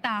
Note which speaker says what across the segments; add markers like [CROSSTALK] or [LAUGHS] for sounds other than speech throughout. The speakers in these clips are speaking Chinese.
Speaker 1: 大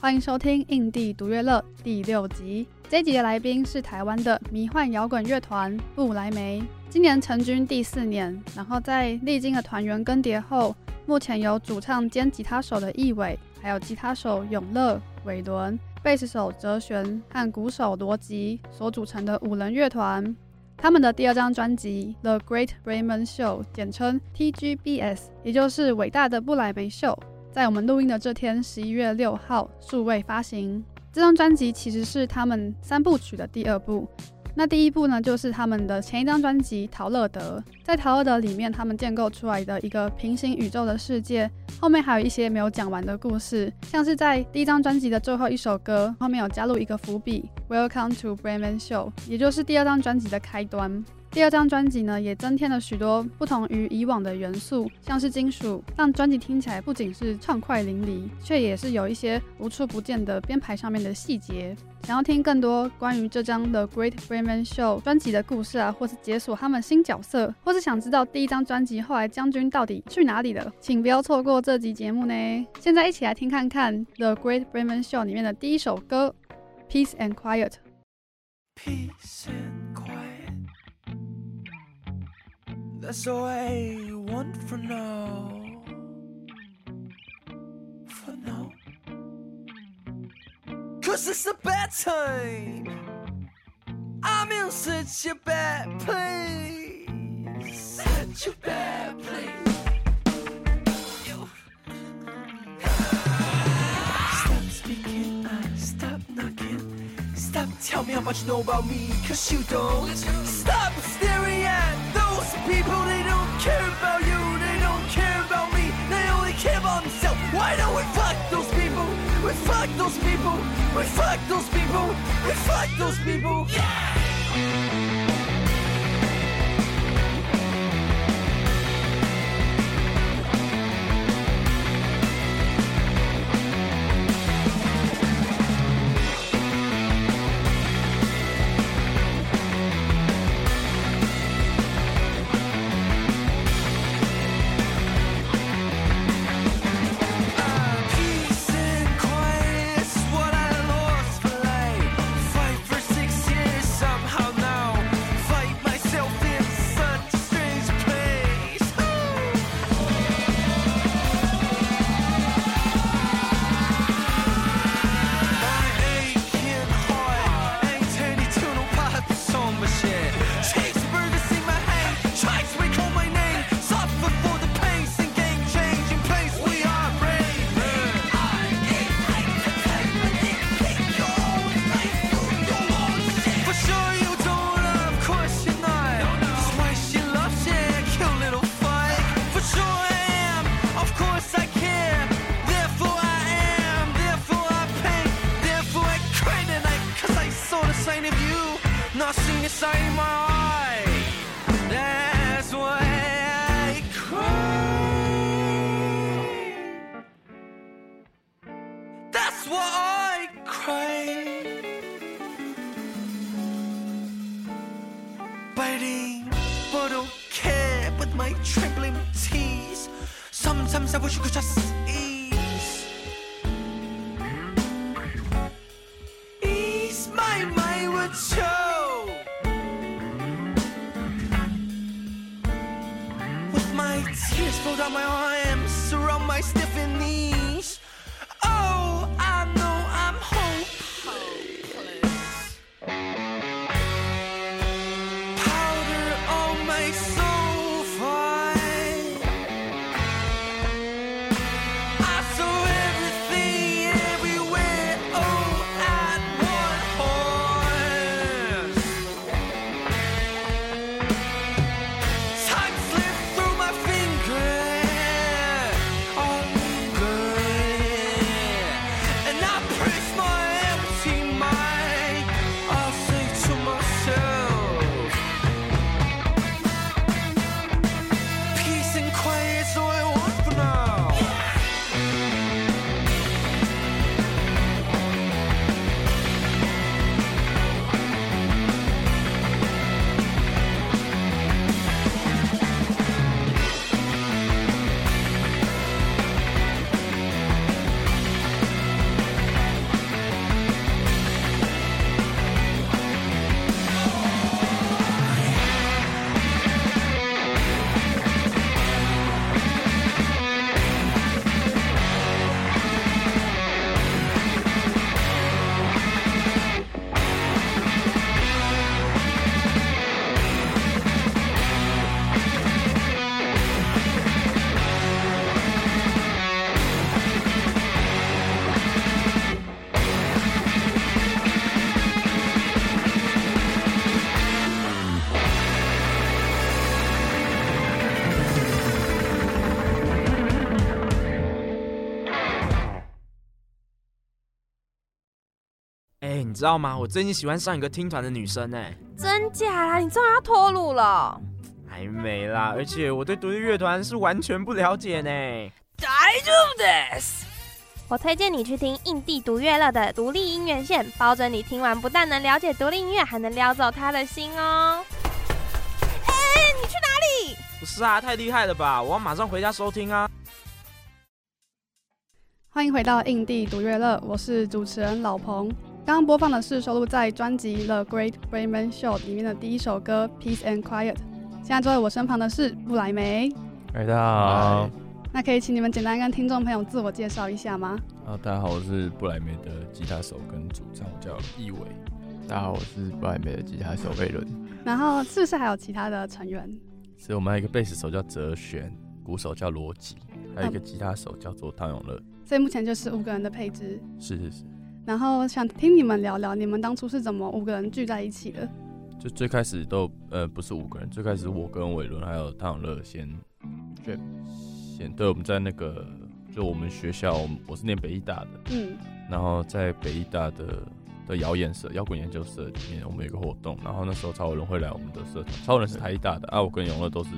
Speaker 2: 欢迎收听《印地独乐乐》第六集。这一集的来宾是台湾的迷幻摇滚乐团布莱梅，今年成军第四年，然后在历经了团员更迭后，目前由主唱兼吉他手的易伟，还有吉他手永乐、伟伦、贝斯手哲璇和鼓手罗吉所组成的五人乐团。他们的第二张专辑《The Great Raymond Show》，简称 TGBS，也就是伟大的布莱梅秀，在我们录音的这天，十一月六号数位发行。这张专辑其实是他们三部曲的第二部。那第一部呢，就是他们的前一张专辑《陶乐德》。在《陶乐德》里面，他们建构出来的一个平行宇宙的世界，后面还有一些没有讲完的故事，像是在第一张专辑的最后一首歌后面有加入一个伏笔，Welcome to Bremen Show，也就是第二张专辑的开端。第二张专辑呢，也增添了许多不同于以往的元素，像是金属，让专辑听起来不仅是畅快淋漓，却也是有一些无处不见的编排上面的细节。想要听更多关于这张《The Great Bremen Show》专辑的故事啊，或是解锁他们新角色，或是想知道第一张专辑后来将军到底去哪里了，请不要错过这集节目呢。现在一起来听看看《The Great Bremen Show》里面的第一首歌《Peace and Quiet》。
Speaker 3: Peace and quiet. That's the way you want for now. For now. Cause it's a bad time. I'm in such a bad place. Such a bad place. You- Stop speaking, I stop knocking. Stop tell me how much you know about me, cause you don't. Stop staring at those people, they don't care about you, they don't care about me, they only care about themselves. Why don't we fuck those people? We fuck those people, we fuck those people, we fuck those people. Peace and quiet is what I lost for life. Fight for six years somehow now. Fight myself in such a strange place. My aching heart ain't turning to no pop song machine. Cheeseburgers in my hand, tracks we call my name. Suffer for the pain, and game changing place we are brave. For sure you don't love, of course you're not. That's why she loves you, cute little fight. For sure I am, of course I care. Therefore I am, therefore I paint, therefore I cry tonight. Cause I saw the sign of you, not seen the sign in my eye. That's why I cry. That's why I cry. biting, but don't care with my trembling teeth. Sometimes I wish you could just ease. Ease my mind with you. With my tears fall down my arms, around my stiffened knees. Oh, I know I'm hopeless powder on my soul fine. I saw everything everywhere all at one horse. Time slipped through my fingers. Oh, girl.
Speaker 4: 哎、你知道吗？我最近喜欢上一个听团的女生哎、
Speaker 5: 真假啦？你终于要脱乳了？
Speaker 4: 还没啦，而且我对独立乐团是完全不了解呢。
Speaker 6: 我推荐你去听印地独乐乐的独立音乐线，保准你听完不但能了解独立音乐，还能撩走他的心哦。
Speaker 4: 不是啊，太厉害了吧！我要马上回家收听啊。
Speaker 2: 欢迎回到印地独乐乐，我是主持人老彭。刚刚播放的是收录在专辑《The Great Bremen Show》里面的第一首歌《Peace and Quiet》。现在坐在我身旁的是布莱梅，
Speaker 7: 哎，大家好，
Speaker 2: 那可以请你们简单跟听众朋友自我介绍一下吗？
Speaker 7: 啊，大家好，我是布莱梅的吉他手跟主唱，我叫易伟。
Speaker 8: 大家好，我是布莱梅的吉他手魏伦，
Speaker 2: 然后是不是还有其他的成员？
Speaker 7: 是我们还有一个贝斯手叫哲璇，鼓手叫罗吉，还有一个吉他手叫做唐永乐。
Speaker 2: 所以目前就是五个人的配置。
Speaker 7: 是是是，
Speaker 2: 然后想听你们聊聊，你们当初是怎么五个人聚在一起的？
Speaker 7: 就最开始都呃不是五个人，最开始我跟伟伦还有唐永乐先
Speaker 8: 对
Speaker 7: 先对我们在那个就我们学校，我们我是念北艺大的，
Speaker 2: 嗯，
Speaker 7: 然后在北艺大的的谣言社、摇滚研究社里面，我们有一个活动，然后那时候超人会来我们的社团，超人是台艺大的啊，我跟永乐都是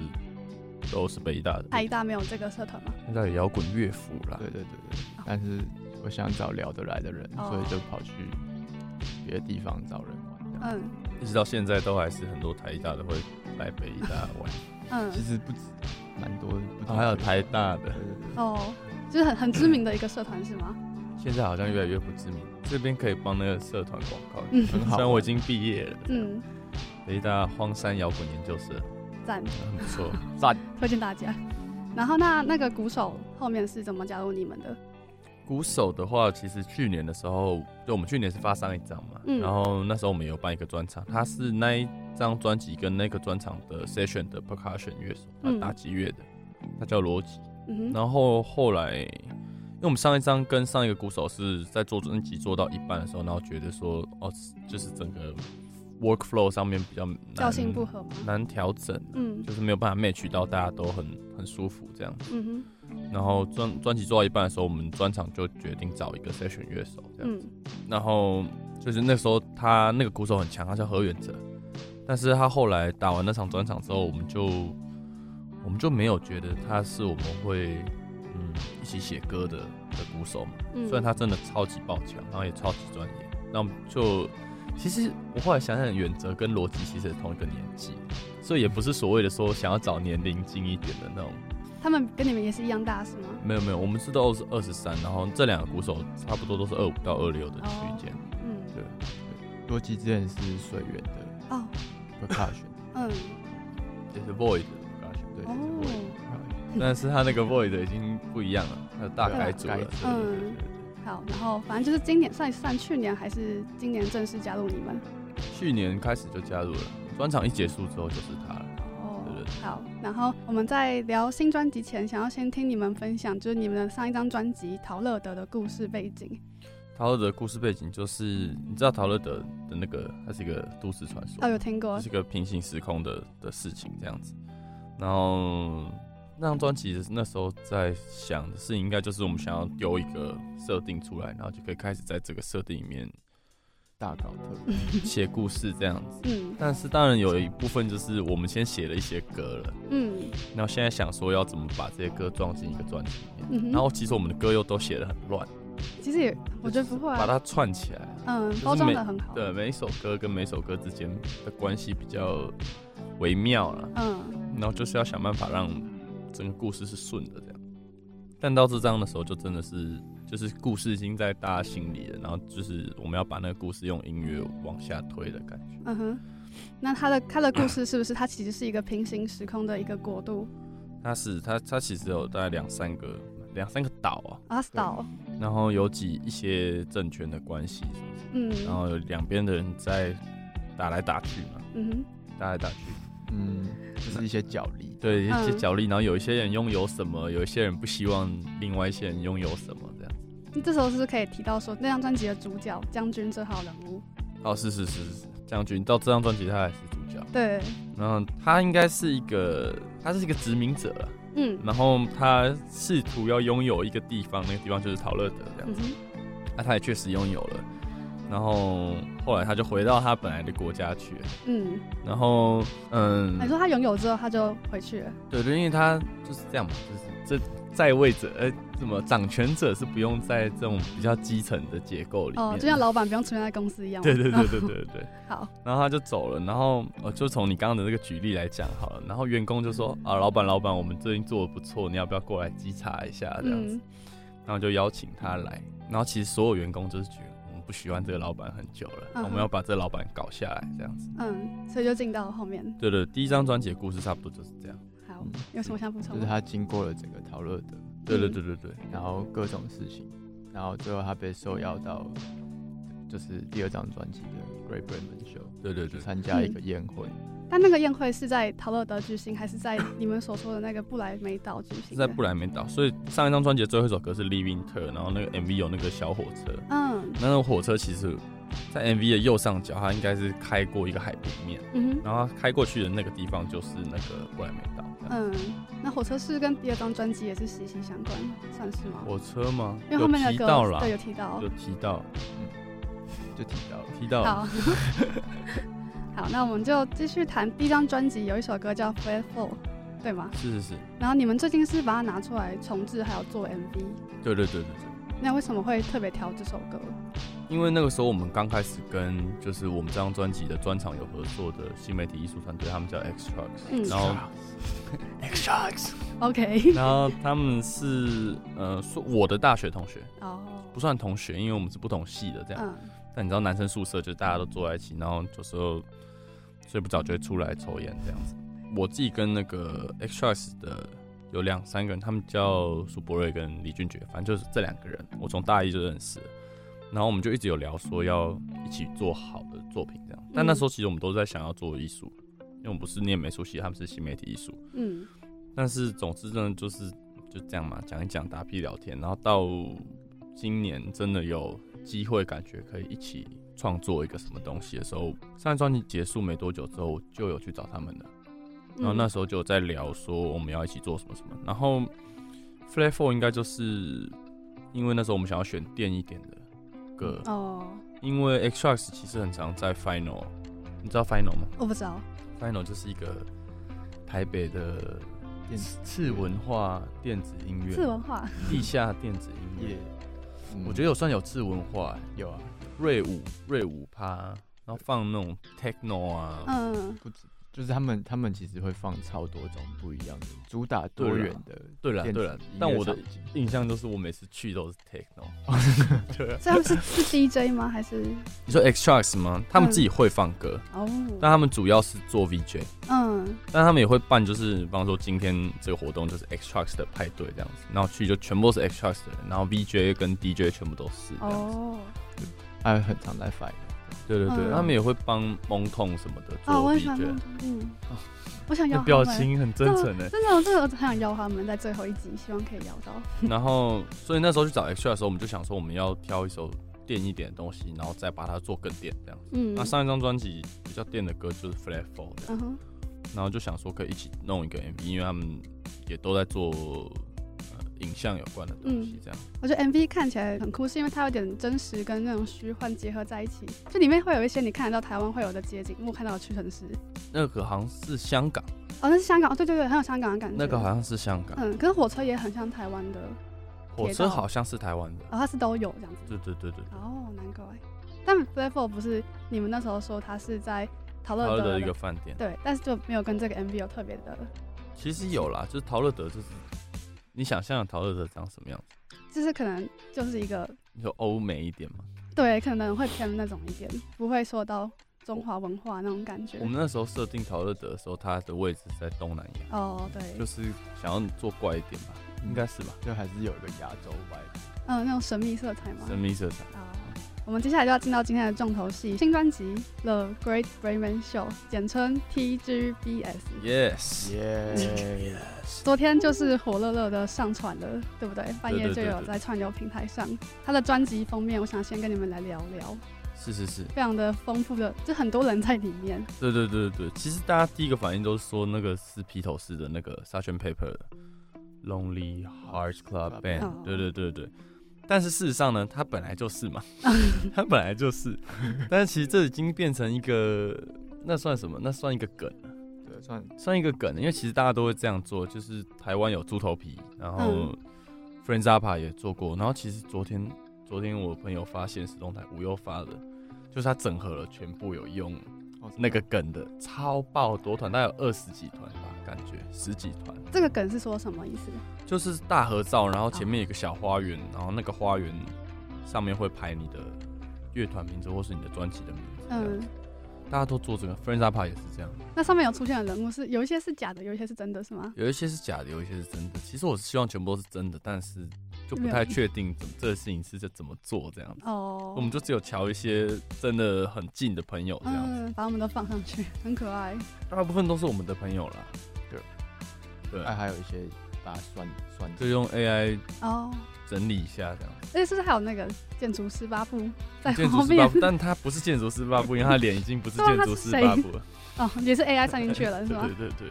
Speaker 7: 都是北艺大的，
Speaker 2: 台大没有这个社团吗？
Speaker 7: 现在有摇滚乐府啦
Speaker 8: 对，对对对，但是我想找聊得来的人，
Speaker 2: 哦
Speaker 8: 所以就跑去别的地方找人玩这样。
Speaker 2: 嗯
Speaker 7: 一直到现在都还是很多台艺大的会来北艺 [LAUGHS] 大玩，
Speaker 2: 嗯
Speaker 8: 其，实不止，蛮多的，不止
Speaker 7: 啊还有台大的
Speaker 8: 对对对
Speaker 2: 哦，就是很很知名的一个社团是吗？
Speaker 7: 现在好像越来越不知名，这边可以帮那个社团广告，
Speaker 2: 嗯
Speaker 7: 很好，虽啊然我已经毕业了，
Speaker 2: 嗯，
Speaker 7: 北艺大荒山摇滚研究社
Speaker 2: 赞，
Speaker 7: 很不错。
Speaker 2: 推荐大家。然后那那个鼓手后面是怎么加入你们的？
Speaker 7: 鼓手的话，其实去年的时候，就我们去年是发上一张嘛，
Speaker 2: 嗯
Speaker 7: 然后那时候我们有办一个专场，他是那一张专辑跟那个专场的 session 的 percussion 乐手，他
Speaker 2: 嗯
Speaker 7: 打击乐的，他叫罗吉。
Speaker 2: 嗯哼，
Speaker 7: 然后后来，因为我们上一张跟上一个鼓手是在做专辑做到一半的时候，然后觉得说，哦，就是整个 workflow 上面比较难
Speaker 2: 调性不合吗？
Speaker 7: 难调整，啊
Speaker 2: 嗯
Speaker 7: 就是没有办法 match 到大家都很很舒服这样子。
Speaker 2: 嗯哼
Speaker 7: 然后专专辑做到一半的时候，我们专场就决定找一个 session 乐手这样。
Speaker 2: 嗯
Speaker 7: 然后就是那时候他那个鼓手很强，他叫何远哲，但是他后来打完那场专场之后，我们就我们就没有觉得他是我们会嗯一起写歌的的鼓手嘛。
Speaker 2: 嗯，
Speaker 7: 虽然他真的超级爆强，然后也超级专业，那我们就其实我后来想想，远哲跟罗辑其实也同一个年纪，所以也不是所谓的说想要找年龄近一点的那种。
Speaker 2: 他们跟你们也是一样大是吗？
Speaker 7: 没有没有，我们是都是二十三，然后这两个鼓手差不多都是二五到二六的区间。
Speaker 2: 嗯
Speaker 8: 罗辑之前是水源的
Speaker 2: 哦
Speaker 8: percussion，
Speaker 2: 嗯
Speaker 7: 就是 Void，
Speaker 8: 对，
Speaker 2: 哦
Speaker 8: 是我也 percussion
Speaker 7: 但是他那个 Void 已经不一样了，他大改组了
Speaker 8: 对。
Speaker 2: 嗯
Speaker 8: 对对对对
Speaker 2: 好，然后反正就是今年算算去年还是今年正式加入你们。
Speaker 7: 去年开始就加入了，专场一结束之后就是他了。
Speaker 2: 哦
Speaker 7: 对对对
Speaker 2: 好，然后我们在聊新专辑前，想要先听你们分享，就是你们的上一张专辑《陶乐德》的故事背景。
Speaker 7: 陶乐德的故事背景就是，你知道陶乐德的那个，它是一个都市传说
Speaker 2: 哦，，有听过
Speaker 7: 这是，一个平行时空的的事情这样子。然后那张专辑那时候在想的事情，应该就是我们想要丢一个设定出来，然后就可以开始在这个设定里面
Speaker 8: 大搞特
Speaker 2: [LAUGHS]
Speaker 8: 搞
Speaker 7: 写故事这样子。
Speaker 2: 嗯
Speaker 7: 但是当然有一部分就是我们先写了一些歌了，
Speaker 2: 嗯
Speaker 7: 然后现在想说要怎么把这些歌装进一个专辑里面。
Speaker 2: 嗯哼，
Speaker 7: 然后其实我们的歌又都写的很乱，
Speaker 2: 其实也我觉得不会
Speaker 7: 把
Speaker 2: 啊，
Speaker 7: 它串起来。
Speaker 2: 嗯，
Speaker 7: 是
Speaker 2: 包装
Speaker 7: 每
Speaker 2: 的很好，
Speaker 7: 对，每一首歌跟每一首歌之间的关系比较微妙啦。
Speaker 2: 嗯
Speaker 7: 然后就是要想办法让整个故事是顺的这样。但到这章的时候，就真的是就是故事已经在大家心里了，然后就是我们要把那个故事用音乐往下推的感觉。
Speaker 2: 嗯哼。那他的他的故事是不是他其实是一个平行时空的一个国度
Speaker 7: 它是它它其实有大概两三个两三个岛啊，
Speaker 2: 阿斯岛？
Speaker 7: 然后有几一些政权的关系，
Speaker 2: 嗯
Speaker 7: 然后有两边的人在打来打去嘛，
Speaker 2: 嗯
Speaker 7: 打来打去，
Speaker 8: 嗯，就是一些角力，
Speaker 7: 对一些
Speaker 2: 嗯
Speaker 7: 角力，然后有一些人拥有什么，有一些人不希望另外一些人拥有什么这样。
Speaker 2: 哼，那这时候是不是可以提到说那张专辑的主角将军这号人物？
Speaker 7: 哦，是是是是是，将军到这张专辑他还是主角，
Speaker 2: 对，
Speaker 7: 然后他应该是一个，他是一个殖民者啊，
Speaker 2: 嗯
Speaker 7: 然后他试图要拥有一个地方，那个地方就是陶乐德这样
Speaker 2: 嗯
Speaker 7: 子，啊
Speaker 2: 哼，
Speaker 7: 那、他也确实拥有了，然后后来他就回到他本来的国家去了，
Speaker 2: 嗯，
Speaker 7: 然后嗯
Speaker 2: 你，说他拥有之后他就回去了，
Speaker 7: 对对，因为他就是这样嘛，就是这在位者呃，怎么掌权者是不用在这种比较基层的结构里面，
Speaker 2: 哦，就像老板不用出现在公司一样嘛。
Speaker 7: 对对对对对对对。
Speaker 2: 好，
Speaker 7: 然后他就走了，然后呃，就从你刚刚的那个举例来讲好了，然后员工就说啊，老板老板，我们最近做的不错，你要不要过来稽查一下这样子？
Speaker 2: 嗯，
Speaker 7: 然后就邀请他来，然后其实所有员工就是觉得我们不喜欢这个老板很久了，
Speaker 2: 嗯哼
Speaker 7: 我们要把这个老板搞下来这样子。
Speaker 2: 嗯，所以就进到后面。
Speaker 7: 对对，第一张专辑的故事差不多就是这样。
Speaker 2: 好，有什么想补充
Speaker 8: 嗯就是
Speaker 2: 吗？
Speaker 8: 他经过了整个陶乐德，
Speaker 7: 对对对对对，
Speaker 8: 然后各种事情，然后最后他被受邀到，就是第二张专辑的 Great Bremen Show
Speaker 7: 对对
Speaker 8: 去
Speaker 7: 对，
Speaker 8: 参加一个宴会，
Speaker 2: 但那个宴会是在陶乐德举行，还是在你们所说的那个布莱梅岛举
Speaker 7: 是
Speaker 2: 行？
Speaker 7: 在布。莱梅岛，所以上一张专辑的最后一首歌是《Living Ter》，然后那个 MV 有那个小火车，
Speaker 2: 嗯
Speaker 7: 那个火车其实，在 MV 的右上角，它应该是开过一个海平面。
Speaker 2: 嗯
Speaker 7: 然后开过去的那个地方就是那个布莱梅岛。
Speaker 2: 哼嗯，那火车是跟第二张专辑也是息息相关，算是吗？
Speaker 7: 火车吗？
Speaker 2: 因为
Speaker 7: 有
Speaker 2: 后面的
Speaker 7: 提
Speaker 2: 歌
Speaker 7: 到啦，
Speaker 2: 对有提到
Speaker 7: 有。提到，
Speaker 8: 就提到了
Speaker 7: 提到
Speaker 2: 好， [LAUGHS] 好，那我们就继续谈第一张专辑，有一首歌叫《Flat Four》，对吗？
Speaker 7: 是是是，
Speaker 2: 然后你们最近是把它拿出来重置，还有做 MV，
Speaker 7: 对对对对对。
Speaker 2: 那为什么会特别挑这首歌？
Speaker 7: 因为那个时候我们刚开始跟就是我们这张专辑的专场有合作的新媒体艺术团队，他们叫 X Trucks，、
Speaker 2: 嗯
Speaker 7: 然后
Speaker 8: X Sharks，
Speaker 2: OK，
Speaker 7: [LAUGHS]
Speaker 2: [LAUGHS]
Speaker 7: 然后他们是呃说我的大学同学，
Speaker 2: 哦，
Speaker 7: 不算同学，因为我们是不同系的这样。
Speaker 2: 嗯
Speaker 7: 但你知道男生宿舍就是大家都坐在一起，然后有时候睡不着就会出来抽烟这样子。我自己跟那个 X Tracks 的有两三个人，他们叫苏博瑞跟李俊杰，反正就是这两个人，我从大一就认识了。然后我们就一直有聊说要一起做好的作品这样，但那时候其实我们都在想要做艺术，因为我们不是念美术系，他们是新媒体艺术。
Speaker 2: 嗯
Speaker 7: 但是总之真的就是就这样嘛，讲一讲打屁聊天，然后到今年真的有机会，感觉可以一起创作一个什么东西的时候，上一专辑结束没多久之后，我就有去找他们了。然后
Speaker 2: 嗯
Speaker 7: 那时候就有在聊说我们要一起做什么什么，然后 Flat Four 应该就是因为那时候我们想要选电一点的歌，
Speaker 2: 哦，
Speaker 7: 因为 X Tracks 其实很常在 Final，你知道 Final 吗
Speaker 2: 我不知道，
Speaker 7: ？Final 就是一个台北的
Speaker 8: 电子
Speaker 7: 次文化电子音乐，
Speaker 2: 是文化，
Speaker 7: 地下电子音乐
Speaker 8: 也，，嗯
Speaker 7: 我觉得有算有次文化、欸，
Speaker 8: 有啊，
Speaker 7: 瑞舞瑞舞趴，然后放那种 techno 啊，
Speaker 2: 嗯
Speaker 8: 不止，就是他们他们其实会放超多种不一样的，主打多元的
Speaker 7: 对了
Speaker 8: 电子
Speaker 7: 对
Speaker 8: 音乐
Speaker 7: 了
Speaker 8: 场景。，
Speaker 7: 但我的印象就是我每次去都是 techno。对啊，
Speaker 2: 所以他们是是 DJ 吗？还是
Speaker 7: 你说 X Tracks 吗？他们自己会放歌，
Speaker 2: 哦，
Speaker 7: 但他们主要是做 VJ，
Speaker 2: 嗯
Speaker 7: 但他们也会办，就是比方说今天这个活动就是 X Tracks 的派对这样子，然后去就全部都是 X Tracks 的人，然后 VJ 跟 DJ 全部都是这样子。
Speaker 2: 哦
Speaker 8: 还有很常在 fight，
Speaker 7: 对对对，
Speaker 2: 嗯
Speaker 7: 他们也会帮蒙痛什么的
Speaker 2: 哦，我
Speaker 7: 做
Speaker 2: 很喜欢
Speaker 7: DJ，、
Speaker 2: 梦中嗯，我想要
Speaker 7: 那表情哦很真诚欸的。
Speaker 2: 真的，我真的我很想邀他们在最后一集，希望可以邀到。 [LAUGHS]
Speaker 7: 然后，所以那时候去找 X 的时候，我们就想说我们要挑一首电一点的东西，然后再把它做更电这样。
Speaker 2: 嗯
Speaker 7: 那上一张专辑比较电的歌就是 Flat Four，这样
Speaker 2: 嗯哼，
Speaker 7: 然后就想说可以一起弄一个 MV，因为他们也都在做呃影像有关的东西这样。
Speaker 2: 我觉得 MV 看起来很酷，是因为它有点真实跟那种虚幻结合在一起，就里面会有一些你看得到台湾会有的街景，我看到的屈臣氏。
Speaker 7: 那个好像是香港，
Speaker 2: 哦，那是香港，哦对对对，很有香港的感觉。
Speaker 7: 那个好像是香港，
Speaker 2: 嗯，可是火车也很像台湾的，
Speaker 7: 火
Speaker 2: 铁
Speaker 7: 车
Speaker 2: 道
Speaker 7: 好像是台湾的。
Speaker 2: 哦，它是都有这样子。
Speaker 7: 对对对对，
Speaker 2: 哦，难怪。但 f l a f o r 不是你们那时候说它是在陶
Speaker 7: 台
Speaker 2: 乐
Speaker 7: 湾
Speaker 2: 德
Speaker 7: 的一个饭店。
Speaker 2: 对，但是就没有跟这个 MV 有特别的，
Speaker 7: 其实有啦，就是陶乐德，就是你想象的陶乐德长什么样子？
Speaker 2: 就是可能就是一个
Speaker 7: 你说欧美一点嘛？
Speaker 2: 对，可能会偏那种一点，不会说到中华文化那种感觉
Speaker 7: 我。们那时候设定陶乐德的时候，它的位置是在东南亚，
Speaker 2: 哦，
Speaker 7: 就
Speaker 2: 对，
Speaker 7: 是想要做怪一点吧，应该是吧？
Speaker 8: 就还是有一个亚洲歪。
Speaker 7: [LAUGHS]
Speaker 2: 嗯，那种神秘色彩嘛。
Speaker 7: 神秘色彩，
Speaker 2: 好，呃我们接下来就要进到今天的重头戏，新专辑《The Great Bremen Show》，简称 TGBS。
Speaker 7: yes，
Speaker 8: 耶！
Speaker 2: 昨天就是火热热的上传了，对不对？半夜
Speaker 7: 对
Speaker 2: 就
Speaker 7: 对
Speaker 2: 有
Speaker 7: 对
Speaker 2: 在串流平台上。他的专辑封面，我想先跟你们来聊聊，
Speaker 7: 是是是，
Speaker 2: 非常的丰富的，就很多人在里面。 [LAUGHS]
Speaker 7: 对对对对对。其实大家第一个反应都是说那个是披头士的那个沙宣 paper 的 Lonely Hearts Club Band，
Speaker 2: 哦
Speaker 7: 对对对对。但是事实上呢，他本来就是嘛，他本来就是，但是其实这已经变成一个，那算什么？那算一个梗，
Speaker 8: 对，算
Speaker 7: 算一个梗，因为其实大家都会这样做，就是台湾有猪头皮，然后
Speaker 2: 嗯
Speaker 7: Friend Zappa 也做过，然后其实昨天昨天我朋友发现实动态，我又发了，就是他整合了全部有用
Speaker 8: 哦
Speaker 7: 那个梗的超爆多团，大概有二十几团吧，感觉十几团，
Speaker 2: 这个梗是说什么意思？
Speaker 7: 就是大合照，然后前面有个小花园，然后那个花园上面会排你的乐团名字或是你的专辑的名字，嗯
Speaker 2: 嗯，，
Speaker 7: 大家都做这个，Friend Zappa 也是这样。
Speaker 2: 那上面有出现的人物是有一些是假的，有一些是真的，是吗？
Speaker 7: 有一些是假的，有一些是真的。其实我是希望全部都是真的，但是就不太确定怎么这个事情是怎么做这样子。
Speaker 2: 哦，
Speaker 7: 我们就只有瞧一些真的很近的朋友这样子，
Speaker 2: 嗯，把我们都放上去，很可爱。
Speaker 7: 大部分都是我们的朋友啦。
Speaker 8: 对，
Speaker 7: 对
Speaker 8: 哎，，还有一些把它算算
Speaker 7: 就用 AI
Speaker 2: 哦，
Speaker 7: 整理一下这样。
Speaker 2: 而且是不是还有那个建筑师八部在
Speaker 7: 建
Speaker 2: 后
Speaker 7: 筑师巴
Speaker 2: 面 [LAUGHS]
Speaker 7: 布，？但 [LAUGHS] 他不是建筑师巴布，因为他脸已经不是建筑师巴布了。
Speaker 2: 哦，也是 AI 上进去 [LAUGHS]
Speaker 7: [LAUGHS]
Speaker 2: 了，是吗
Speaker 7: 对？对对对，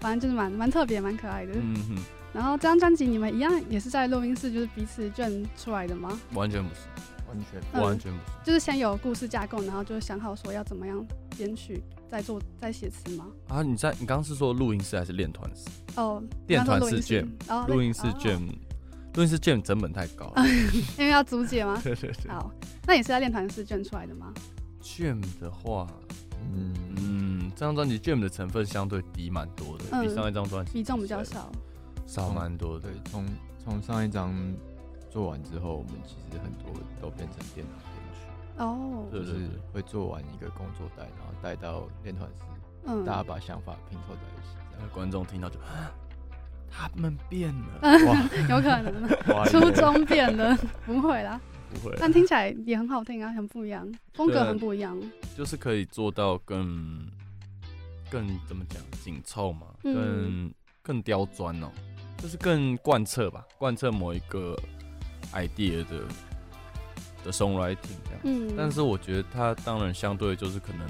Speaker 2: 反正就是蛮蛮特别，蛮可爱的。
Speaker 7: 嗯哼，
Speaker 2: 然后这张专辑你们一样也是在录音室，就是彼此卷出来的吗？
Speaker 7: 完全不是，
Speaker 8: 完全
Speaker 2: 嗯
Speaker 7: 完全不是。
Speaker 2: 就是先有故事架构，然后就是想好说要怎么样编曲，再做再写词吗？
Speaker 7: 啊，你在你刚刚是说录音室还是练团室？
Speaker 2: 哦，
Speaker 7: 电
Speaker 2: 然
Speaker 7: 团
Speaker 2: 后录音
Speaker 7: 式
Speaker 2: 室
Speaker 7: 卷，
Speaker 2: 哦，
Speaker 7: 录音室
Speaker 2: 哦
Speaker 7: 卷，录音室卷成本太高了。
Speaker 2: 因为要租借吗？
Speaker 7: [LAUGHS] 对 [LAUGHS] 对对，
Speaker 2: 好，那也是在练团室卷出来的吗？
Speaker 7: 卷的话，
Speaker 8: 嗯，
Speaker 7: 嗯，这张专辑卷的成分相对低蛮多的，
Speaker 2: 嗯
Speaker 7: 比上一张专辑
Speaker 2: 比重比较少。
Speaker 7: 少蛮多的
Speaker 8: 对。，从从上一张做完之后，我们其实很多都变成电脑编曲，
Speaker 2: 哦，
Speaker 7: 对
Speaker 8: 就是会做完一个工作带，然后带到练团室，
Speaker 2: 嗯，
Speaker 8: 大家把想法拼凑在一起，这
Speaker 7: 那
Speaker 8: 样
Speaker 7: 观众听到就，啊嗯他们变
Speaker 2: [LAUGHS]
Speaker 7: 了，
Speaker 2: [LAUGHS] 有可能啊
Speaker 7: [LAUGHS]
Speaker 8: 哇
Speaker 2: 初中变了，不会啦，
Speaker 7: 不会，
Speaker 2: 但听起来也很好听啊，很不一样，风格很不一样。
Speaker 7: 就是可以做到更更怎么讲紧凑嘛，
Speaker 2: 嗯
Speaker 7: 更更刁钻哦，就是更贯彻吧，贯彻某一个 idea 的的 songwriting 这样。
Speaker 2: 嗯，
Speaker 7: 但是我觉得它当然相对就是可能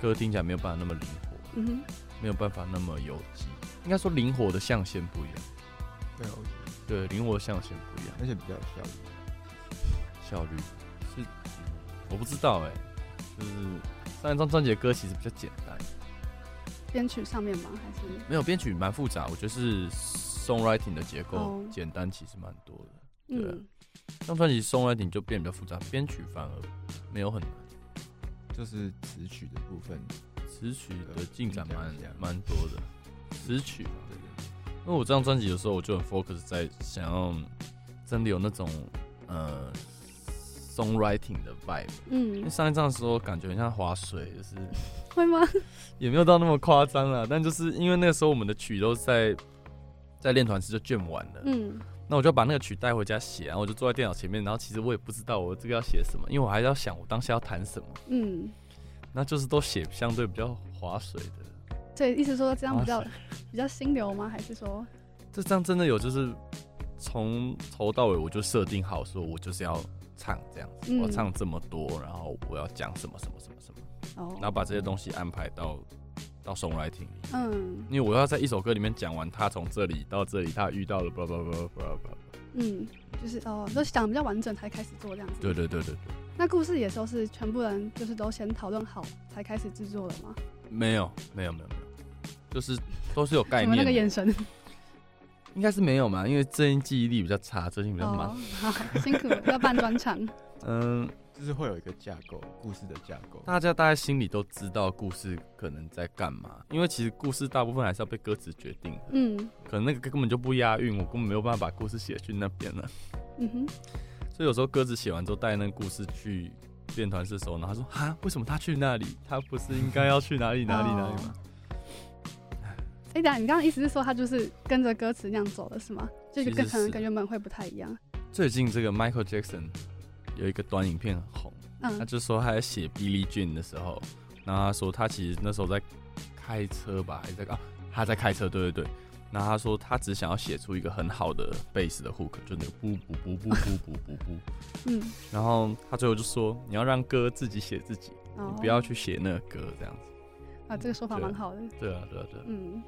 Speaker 7: 歌听起来没有办法那么灵活，
Speaker 2: 嗯
Speaker 7: 没有办法那么有机，应该说灵活的象限不一样。
Speaker 8: 对，我觉得
Speaker 7: 对，灵活的象限不一样，
Speaker 8: 而且比较有效率。
Speaker 7: 效率是我不知道哎、就是上一张专辑的歌其实比较简单，
Speaker 2: 哼，编曲上面吗？还是
Speaker 7: 没有编曲蛮复杂，我觉得是 songwriting 的结构
Speaker 2: 哦
Speaker 7: 简单其实蛮多的。对
Speaker 2: 嗯
Speaker 7: 那张专辑 songwriting 就变得比较复杂，编曲反而没有很难。
Speaker 8: 就是词曲的部分，
Speaker 7: 词曲的进展蛮蛮多的，词曲吧。
Speaker 8: 对对
Speaker 7: 因为我这张专辑的时候，我就很 focus 在想要真的有那种呃 songwriting 的 vibe。因为
Speaker 2: 嗯，
Speaker 7: 上一张的时候，感觉很像划水，就是
Speaker 2: 会吗？ [LAUGHS]
Speaker 7: 也没有到那么夸张啦。但就是因为那个时候我们的曲都在在练团时就卷完了，
Speaker 2: 嗯
Speaker 7: 那我就把那个曲带回家写，然后我就坐在电脑前面，然后其实我也不知道我这个要写什么，因为我还要想我当下要弹什么，
Speaker 2: 嗯，
Speaker 7: 那就是都写相对比较划水的。
Speaker 2: 所以意思说这样比较
Speaker 7: 哇
Speaker 2: 比较心流吗？还是说
Speaker 7: 这张真的有，就是从头到尾我就设定好，说我就是要唱这样子，
Speaker 2: 嗯
Speaker 7: 我要唱这么多，然后我要讲什么什么什么什么，然后
Speaker 2: 哦
Speaker 7: 把这些东西安排到到 songwriting 里，
Speaker 2: 嗯
Speaker 7: 因为我要在一首歌里面讲完他从这里到这里他遇到了 blah blah blah blah blah，
Speaker 2: 嗯，就是哦，都想得比较完整才开始做这样子。
Speaker 7: 对对对对对，
Speaker 2: 那故事也都是全部人就是都先讨论好才开始制作的吗？
Speaker 7: 没有没有没有没有，就是都是有概
Speaker 2: 你们那
Speaker 7: 念
Speaker 2: 个眼
Speaker 7: 的，
Speaker 2: 神
Speaker 7: 应该是没有嘛，因为最近记忆力比较差，最近比较忙
Speaker 2: 哦，，好辛苦了，要办专
Speaker 7: [LAUGHS]
Speaker 2: 场。
Speaker 7: 嗯，
Speaker 8: 就是会有一个架构，故事的架构。
Speaker 7: 大家大概心里都知道故事可能在干嘛，因为其实故事大部分还是要被歌词决定的，
Speaker 2: 嗯
Speaker 7: 可能那个根本就不押韵，我根本没有办法把故事写去那边了。 [LAUGHS]
Speaker 2: 嗯哼，
Speaker 7: 所以有时候歌词写完之后，带那个故事去练团室的时候，然后他说：“哈，为什么他去那里？他不是应该要去哪里哪里哪里吗
Speaker 2: 哦哎、等一下你刚刚意思是说他就是跟着歌词那样走的是吗？就
Speaker 7: 其实
Speaker 2: 跟可能
Speaker 7: 是
Speaker 2: 跟原本会不太一样。？”
Speaker 7: 最近这个 Michael Jackson 有一个短影片很红，他
Speaker 2: 嗯
Speaker 7: 就说他在写 Billie Jean 的时候，然后他说他其实那时候在开车吧，还是在啊他在开车，对对对。然后他说他只想要写出一个很好的 bass 的 hook，就那个不不不不不不不不。
Speaker 2: 嗯，
Speaker 7: 然后他最后就说你要让歌自己写自己，
Speaker 2: 哦
Speaker 7: 你不要去写那个歌这样子。
Speaker 2: 啊，这个说法
Speaker 7: 对
Speaker 2: 蛮好的。
Speaker 7: 对啊对啊对啊。
Speaker 2: 嗯，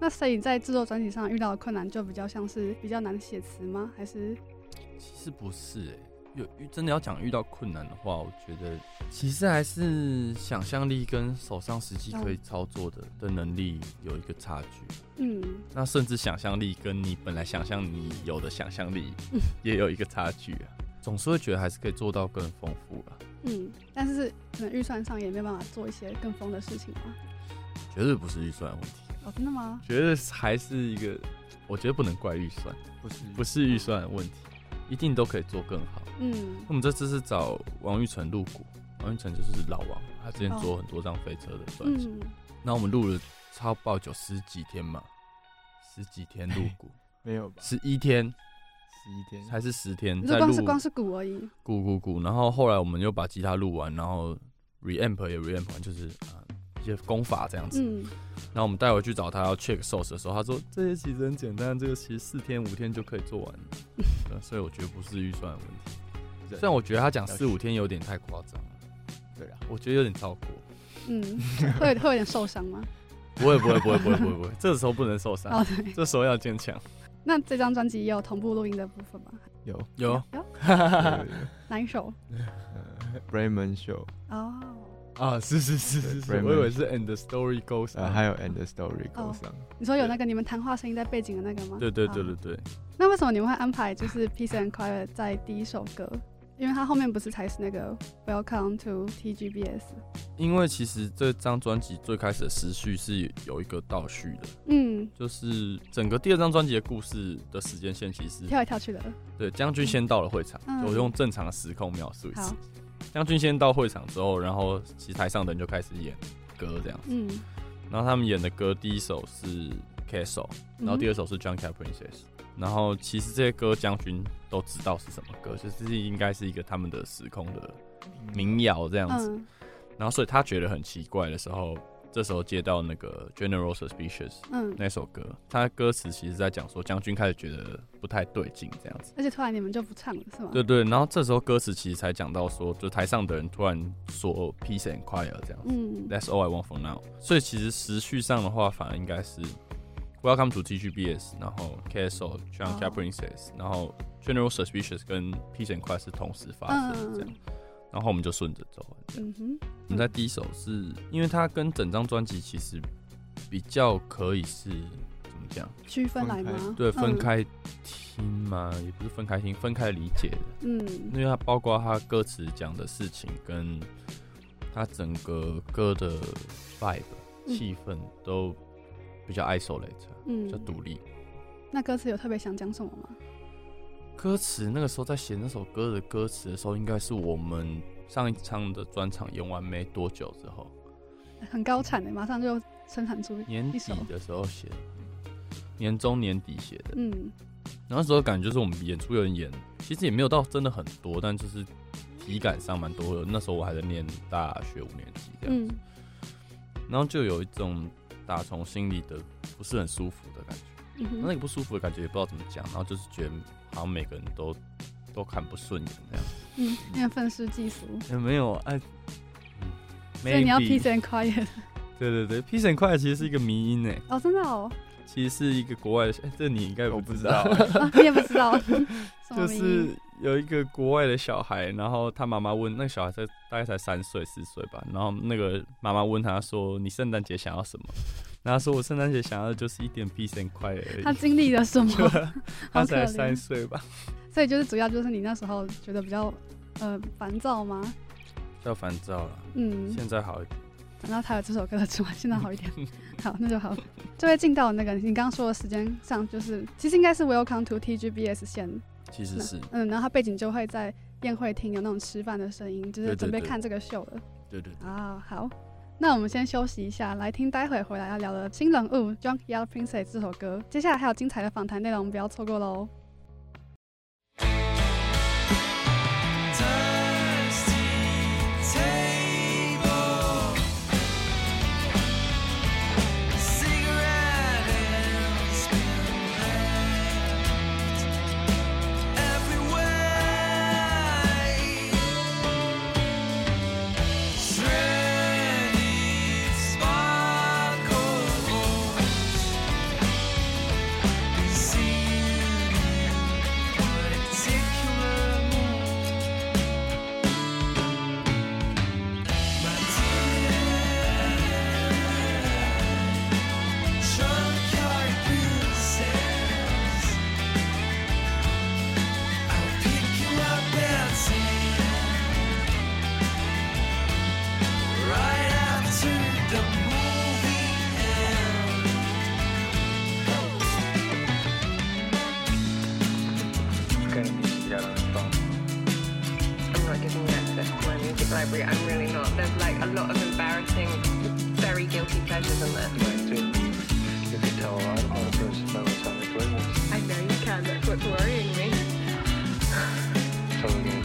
Speaker 2: 那所以在制作专辑上遇到的困难就比较像是比较难写词吗？还是
Speaker 7: 其实不是、欸，有遇真的要讲遇到困难的话，我觉得其实还是想象力跟手上实际可以操作的的能力有一个差距。
Speaker 2: 嗯，
Speaker 7: 那甚至想象力跟你本来想象你有的想象力
Speaker 2: 嗯
Speaker 7: 也有一个差距啊，总是会觉得还是可以做到更丰富啊，
Speaker 2: 嗯，但是可能预算上也没有办法做一些更疯的事情吗？
Speaker 7: 绝对不是预算的问题，
Speaker 2: 哦，真的吗？
Speaker 7: 觉得还是一个，我觉得不能怪预算，
Speaker 8: 不是
Speaker 7: 不是预算的问题，一定都可以做更好。
Speaker 2: 嗯
Speaker 7: 我们这次是找王玉成录鼓，王玉成就是老王，他之前做很多张飞车的专辑。
Speaker 2: 哦嗯，
Speaker 7: 那、我们录了超爆久十几天嘛，十几天录
Speaker 2: [LAUGHS]
Speaker 7: 鼓，
Speaker 8: 没有吧？
Speaker 7: 十一天
Speaker 8: 十一天
Speaker 7: 还是十天
Speaker 2: 你
Speaker 7: 在
Speaker 2: 说
Speaker 7: 录
Speaker 2: 光是光是鼓而已，
Speaker 7: 鼓鼓鼓，然后后来我们又把吉他录完，然后 reamp 也 reamp 完，就是啊、呃一些功法这样子。
Speaker 2: 嗯，
Speaker 7: 然后我们带回去找他要 check source 的时候，他说这些其实很简单，这个其实四天五天就可以做
Speaker 2: [LAUGHS]
Speaker 7: 完了。对，所以我觉得不是预算的问题。
Speaker 8: 对
Speaker 7: 虽然我觉得他讲四五天有点太夸张了，
Speaker 8: 对啊啦，
Speaker 7: 我觉得有点超过。
Speaker 2: 嗯，会有会有点受伤吗？
Speaker 7: 不会不会不会不会不
Speaker 2: [LAUGHS]
Speaker 7: 会不会，这个时候不能受伤
Speaker 2: 哦，，对。
Speaker 7: 这时候要坚强。
Speaker 2: 那这张专辑也有同步录音的部分吗？
Speaker 7: [LAUGHS]
Speaker 8: 有
Speaker 7: 有
Speaker 8: 有有有
Speaker 2: 哪一首？
Speaker 8: 呃 Raymond Show，
Speaker 2: 哦，
Speaker 7: 啊，是是是
Speaker 8: 对
Speaker 7: 是是，
Speaker 8: Bremen
Speaker 7: 我以为是 and the story goes
Speaker 8: 呃
Speaker 7: on。
Speaker 8: 还有 End the Story
Speaker 2: 哦
Speaker 8: Go 上，
Speaker 2: 你说有那个你们谈话声音在背景的那个吗？
Speaker 7: 对对对
Speaker 2: 哦
Speaker 7: 对对，
Speaker 2: 那为什么你们会安排就是 Peace and Quiet 在第一首歌？因为它后面不是才是那个 Welcome to TGBS？
Speaker 7: 因为其实这张专辑最开始的时序是有一个倒叙的，
Speaker 2: 嗯，
Speaker 7: 就是整个第二张专辑的故事的时间线，其实
Speaker 2: 跳来跳去的。
Speaker 7: 对将军先到了会场，
Speaker 2: 嗯
Speaker 7: 我用正常的时空描述一
Speaker 2: 好
Speaker 7: 次。，将军先到会场之后，然后其实台上的人就开始演歌这样子，
Speaker 2: 嗯，
Speaker 7: 然后他们演的歌第一首是 Castle，然
Speaker 2: 嗯
Speaker 7: 后第二首是 Junkie Princess。然后其实这些歌将军都知道是什么歌，就是应该是一个他们的时空的民谣这样子。
Speaker 2: 嗯
Speaker 7: 然后所以他觉得很奇怪的时候，这时候接到那个 General Suspicious
Speaker 2: 嗯，
Speaker 7: 那首歌，他歌词其实在讲说将军开始觉得不太对劲这样子。
Speaker 2: 而且突然你们就不唱了是吗？
Speaker 7: 对对，然后这时候歌词其实才讲到说，就台上的人突然说 peace and quiet 这样子、
Speaker 2: 嗯
Speaker 7: t h a t s all I want for now。所以其实时序上的话，反而应该是 Welcome to TGBS，然后 KSO、John c a p r i n c e s s 然后 General Suspicious 跟 peace and quiet 是同时发生的这样，
Speaker 2: 嗯
Speaker 7: 然后我们就顺着走这样。
Speaker 2: 嗯哼，
Speaker 7: 我们在第一首是因为它跟整张专辑其实比较可以是怎么讲？
Speaker 2: 区分来
Speaker 8: 分
Speaker 2: 吗？
Speaker 7: 对，
Speaker 2: 嗯
Speaker 7: 分。开听嘛，也不是分开听，分开理解的，
Speaker 2: 嗯
Speaker 7: 因为它包括它歌词讲的事情跟它整个歌的 vibe
Speaker 2: 嗯
Speaker 7: 气氛都比较 isolate，比较
Speaker 2: 嗯，
Speaker 7: 独立。
Speaker 2: 那歌词有特别想讲什么吗？
Speaker 7: 歌词那个时候在写那首歌的歌词的时候，应该是我们上一场的专场演完没多久之后，
Speaker 2: 很高产的，马上就生产出。
Speaker 7: 年
Speaker 2: 一
Speaker 7: 底
Speaker 2: 首
Speaker 7: 的时候写的，年中年底写的。
Speaker 2: 嗯
Speaker 7: 然后那时候感觉就是我们演出有人演，其实也没有到真的很多，但就是体感上蛮多的。那时候我还在念大学五年级这样，
Speaker 2: 嗯
Speaker 7: 然后就有一种打从心里的不是很舒服的感觉。
Speaker 2: 嗯
Speaker 7: 那
Speaker 2: 哼，
Speaker 7: 个不舒服的感觉也不知道怎么讲，然后就是觉得好像每个人都都看不顺眼这样。
Speaker 2: 嗯，因为愤世嫉俗，
Speaker 7: 也没有哎，嗯
Speaker 2: [LAUGHS] 所以你要
Speaker 7: maybe
Speaker 2: peace and quiet。
Speaker 7: 对对对，peace and quiet 其实是一个迷音诶，
Speaker 2: 哦，真的哦，
Speaker 7: 其实是一个国外的，哎，这你应该也
Speaker 8: 我
Speaker 7: 不
Speaker 8: 不
Speaker 7: 知
Speaker 8: 知
Speaker 7: 道
Speaker 8: 道。
Speaker 2: 啊你也不知
Speaker 7: [LAUGHS]
Speaker 2: 道，什么
Speaker 7: 就
Speaker 2: 名义
Speaker 7: 是有一个国外的小孩，然后他妈妈问那个小孩才大概才三岁四岁吧，然后那个妈妈问他说：“你圣诞节想要什么？”然后他说：“我圣诞节想要的就是一点 peace and quiet 而
Speaker 2: 他
Speaker 7: 已。，
Speaker 2: 经历了什么
Speaker 7: [LAUGHS] 就”啊
Speaker 2: [LAUGHS]
Speaker 7: 他
Speaker 2: 好可
Speaker 7: 才三
Speaker 2: 怜。
Speaker 7: 岁吧，
Speaker 2: 所以就是主要就是你那时候觉得比较呃烦躁吗？
Speaker 7: 比较烦躁了。
Speaker 2: 嗯，
Speaker 7: 现在好一点，
Speaker 2: 然后他有这首歌出来，现在好
Speaker 7: [LAUGHS]
Speaker 2: 一点，好那就好，就会进到那个你刚刚说的时间上，就是其实应该是 Welcome to TGBS 先，
Speaker 7: 其实是
Speaker 2: 嗯，然后它背景就会在宴会厅有那种吃饭的声音，就
Speaker 7: 对
Speaker 2: 是
Speaker 7: 对
Speaker 2: 准备
Speaker 7: 对
Speaker 2: 看这个秀了
Speaker 7: 对对
Speaker 2: 啊。好，那我们先休息一下，来听待会回来要聊的新人物《Junkyard Princess》这首歌，接下来还有精彩的访谈内容，不要错过哦喽。
Speaker 3: Dusty table, cigarette ends being left everywhere. Shredded sparkles, concealed
Speaker 9: library. I'm really not. There's like a lot of embarrassing, very guilty pleasures in there. I know you can. That's what's worrying me. Okay.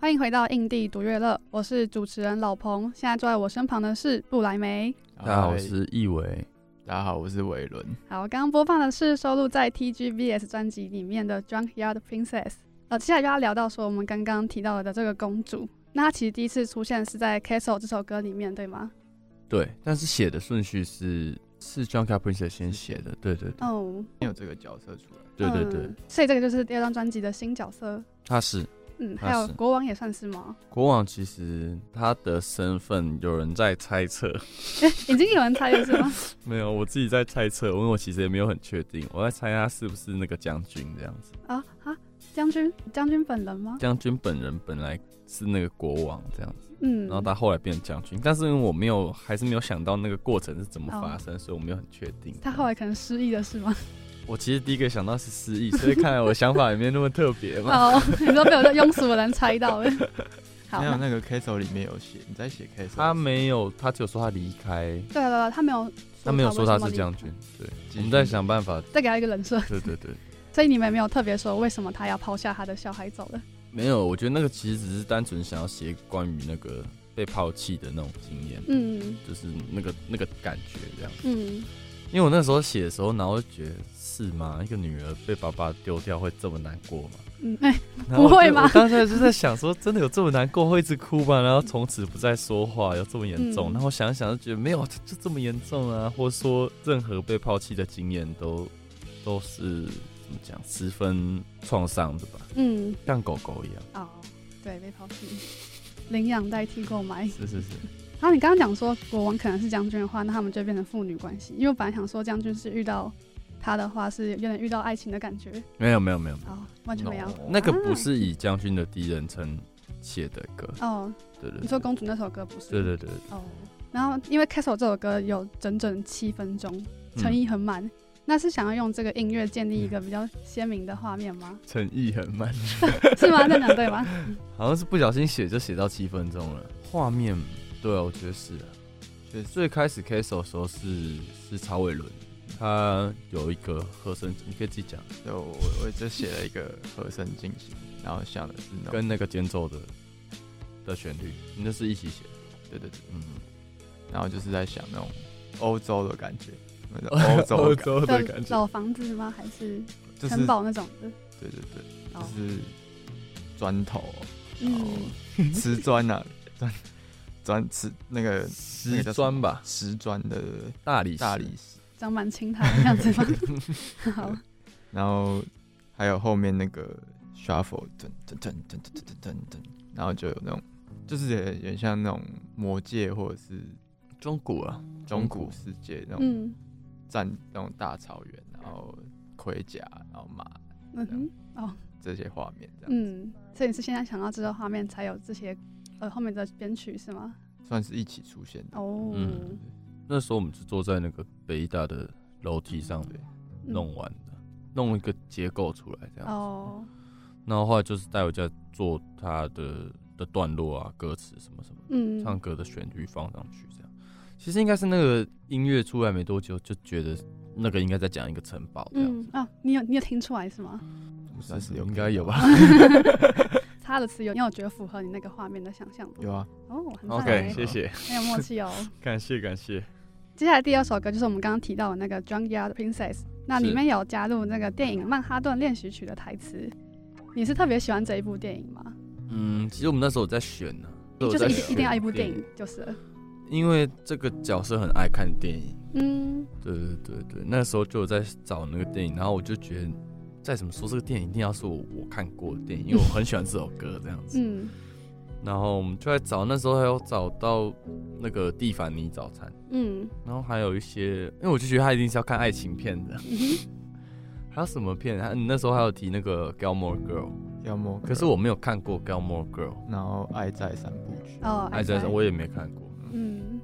Speaker 2: 欢迎回到印地独乐乐，我是主持人老彭，现在坐在我身旁的是布莱梅。
Speaker 7: 大家好，我是易伟。
Speaker 8: 大家好，我是伟伦。
Speaker 2: 好，刚刚播放的是收录在 TGBS 专辑里面的《Junkyard Princess》。呃，接下来就要聊到说我们刚刚提到的这个公主，那她其实第一次出现是在《Castle》这首歌里面，对吗？
Speaker 7: 对，但是写的顺序是是 John c a p r i n c e 先写的，对对对
Speaker 2: 哦，
Speaker 8: 没有这个角色出来，
Speaker 7: 对对对，
Speaker 2: 嗯所以这个就是第二张专辑的新角色。
Speaker 7: 他是
Speaker 2: 嗯，
Speaker 7: 他
Speaker 2: 还有
Speaker 7: 啊是
Speaker 2: 国王也算是吗？ [LAUGHS]
Speaker 7: 国王，其实他的身份有人在猜测，
Speaker 2: 已经有人猜了是吗？
Speaker 7: 没有，我自己在猜测，因为我其实也没有很确定，我在猜他是不是那个将军这样子。
Speaker 2: 啊啊，将军将军本人吗？
Speaker 7: 将军本人本来是那个国王这样子，
Speaker 2: 嗯，
Speaker 7: 然后他后来变成将军，但是因为我没有，还是没有想到那个过程是怎么发生，所以我没有很确定。
Speaker 2: 哦他后来可能失忆了是吗？
Speaker 7: 我其实第一个想到是失忆，所以看来我的想法也没那么特别嘛。
Speaker 2: [LAUGHS] 哦，你都被我这庸俗的人猜到了。好，
Speaker 8: 没有
Speaker 2: 那
Speaker 8: 那个 Castle 里面有写，你在写 Castle，
Speaker 7: 他没有，他只有说他离开，
Speaker 2: 对了对了，他没有，
Speaker 7: 他没有说他是将军。。对，我们在想办法。
Speaker 2: 再给他一个人设，
Speaker 7: 对对对， [LAUGHS]
Speaker 2: 所以你们没有特别说为什么他要抛下他的小孩走了。
Speaker 7: 没有，我觉得那个其实只是单纯想要写关于那个被抛弃的那种经验，
Speaker 2: 嗯
Speaker 7: 就是那个那个感觉这样。
Speaker 2: 嗯，
Speaker 7: 因为我那时候写的时候，然后就觉得是吗？一个女儿被爸爸丢掉会这么难过
Speaker 2: [LAUGHS]
Speaker 7: 吗？
Speaker 2: 嗯，哎、
Speaker 7: 然后我
Speaker 2: 不会
Speaker 7: 就
Speaker 2: 吗
Speaker 7: 我当时就在想说，真的有这么难过，会一直哭吗？然后从此不再说话，有这么严重？
Speaker 2: 嗯
Speaker 7: 那、我想一想，就觉得没有，就这么严重啊，或者说任何被抛弃的经验都都是怎么讲，十分创伤的吧，
Speaker 2: 嗯，
Speaker 7: 像狗狗一样。
Speaker 2: 哦，对，被抛弃，领养代替购买。
Speaker 7: 是是是，
Speaker 2: 然后你刚刚讲说国王可能是将军的话，那他们就变成父女关系，因为我本来想说将军是遇到他的话是有点遇到爱情的感觉，
Speaker 7: 没有没有没有，没有
Speaker 2: 哦，完全没有。啊
Speaker 7: 那个不是以将军的第一人称写的歌，
Speaker 2: 哦，
Speaker 7: 对对
Speaker 2: 你
Speaker 7: 对
Speaker 2: 说公主那首歌不是？
Speaker 7: 对对对，
Speaker 2: 嗯
Speaker 7: 嗯
Speaker 2: 哦，然后因为《Castle》这首歌有整整七分钟，诚意很满，那是想要用这个音乐建立一个比较鲜明的画面
Speaker 7: [LAUGHS]
Speaker 2: 吗？
Speaker 7: 诚意很满，
Speaker 2: 是吗？这两对
Speaker 7: [LAUGHS]
Speaker 2: 吗？
Speaker 7: 好像是不小心写就写到七分钟了。画面，对啊，我觉得是啊。对，最开始 case 的时候是是曹伟伦，他有一个和声，你可以自己讲，
Speaker 8: 就我我就写了一个和声进行，然后想的是那种，
Speaker 7: 跟那个间奏的的旋律，那是一起写的。
Speaker 8: 对对对，
Speaker 7: 嗯，
Speaker 8: 然后就是在想那种欧洲的感觉，
Speaker 2: [LAUGHS]
Speaker 8: 那种欧洲感，
Speaker 2: 对，
Speaker 7: 洲
Speaker 2: 老房子吗？还是
Speaker 8: 就是
Speaker 2: 城堡那种的？
Speaker 8: 对对对，
Speaker 2: 哦
Speaker 8: 就是砖头，
Speaker 2: [LAUGHS]
Speaker 8: 然后
Speaker 7: 哦
Speaker 2: 嗯，
Speaker 8: 瓷砖啊，砖砖瓷那个
Speaker 7: 石砖吧，
Speaker 8: 石砖的
Speaker 7: 大理石
Speaker 8: 大理石，
Speaker 2: 长满青苔的样子吗？
Speaker 7: [LAUGHS]
Speaker 2: [LAUGHS] 好，
Speaker 8: 然后还有后面那个 shuffle 噔噔噔噔噔噔噔噔噔，然后就有那种，就是有点像那种魔界或者是
Speaker 7: 中古啊，
Speaker 8: 中古世界那种
Speaker 2: 嗯
Speaker 8: 战那种大草原，然后盔甲，然后马
Speaker 2: 嗯哼
Speaker 8: 这些画面这样，
Speaker 2: 嗯，所以你是现在想到这个画面才有这些呃后面的编曲是吗？
Speaker 8: 算是一起出现的。
Speaker 2: 哦，
Speaker 7: 嗯那时候我们是坐在那个北医大的楼梯上面弄完的，弄一个结构出来这样。
Speaker 2: 嗯哦，
Speaker 7: 然后后来就是带回家做他的的段落啊、歌词什么什么，
Speaker 2: 嗯，
Speaker 7: 唱歌的旋律放上去这样。其实应该是那个音乐出来没多久，就觉得那个应该在讲一个城堡这样
Speaker 2: 嗯
Speaker 7: 子，
Speaker 2: 啊，你有你有听出来是吗？
Speaker 8: 算是有
Speaker 7: 应该有吧？
Speaker 2: 他的词有，你有觉得符合你那个画面的想象吗？
Speaker 8: 有啊，
Speaker 2: 哦，很赞
Speaker 7: OK，
Speaker 2: 欸，
Speaker 7: 谢谢，
Speaker 2: 很有默契哦。
Speaker 7: 感谢感谢。
Speaker 2: 接下来第二首歌就是我们刚刚提到的那个《Junkyard Princess》，那
Speaker 7: 是
Speaker 2: 里面有加入那个电影《曼哈顿练习曲》的台词。你是特别喜欢这一部电影吗？
Speaker 7: 嗯，其实我们那时候有在选呢、啊，
Speaker 2: 就
Speaker 7: 有在
Speaker 2: 是一
Speaker 7: 选
Speaker 2: 定一定要一部电影，就是了。
Speaker 7: 因为这个角色很爱看电影。
Speaker 2: 嗯，
Speaker 7: 对对对对，那时候就有在找那个电影，然后我就觉得，再怎么说这个电影一定要是我我看过的电影，因为我很喜欢这首歌这样子。
Speaker 2: 嗯，
Speaker 7: 然后我们就在找，那时候还有找到那个蒂凡尼早餐，
Speaker 2: 嗯，
Speaker 7: 然后还有一些，因为我就觉得他一定是要看爱情片的。还有什么片？还你那时候还有提那个《Gilmore Girl》，
Speaker 8: 要么
Speaker 7: 可是我没有看过《Gilmore Girl
Speaker 8: 然后爱在三部曲，
Speaker 2: 哦，》，
Speaker 7: 爱在我也没看过，
Speaker 2: 嗯，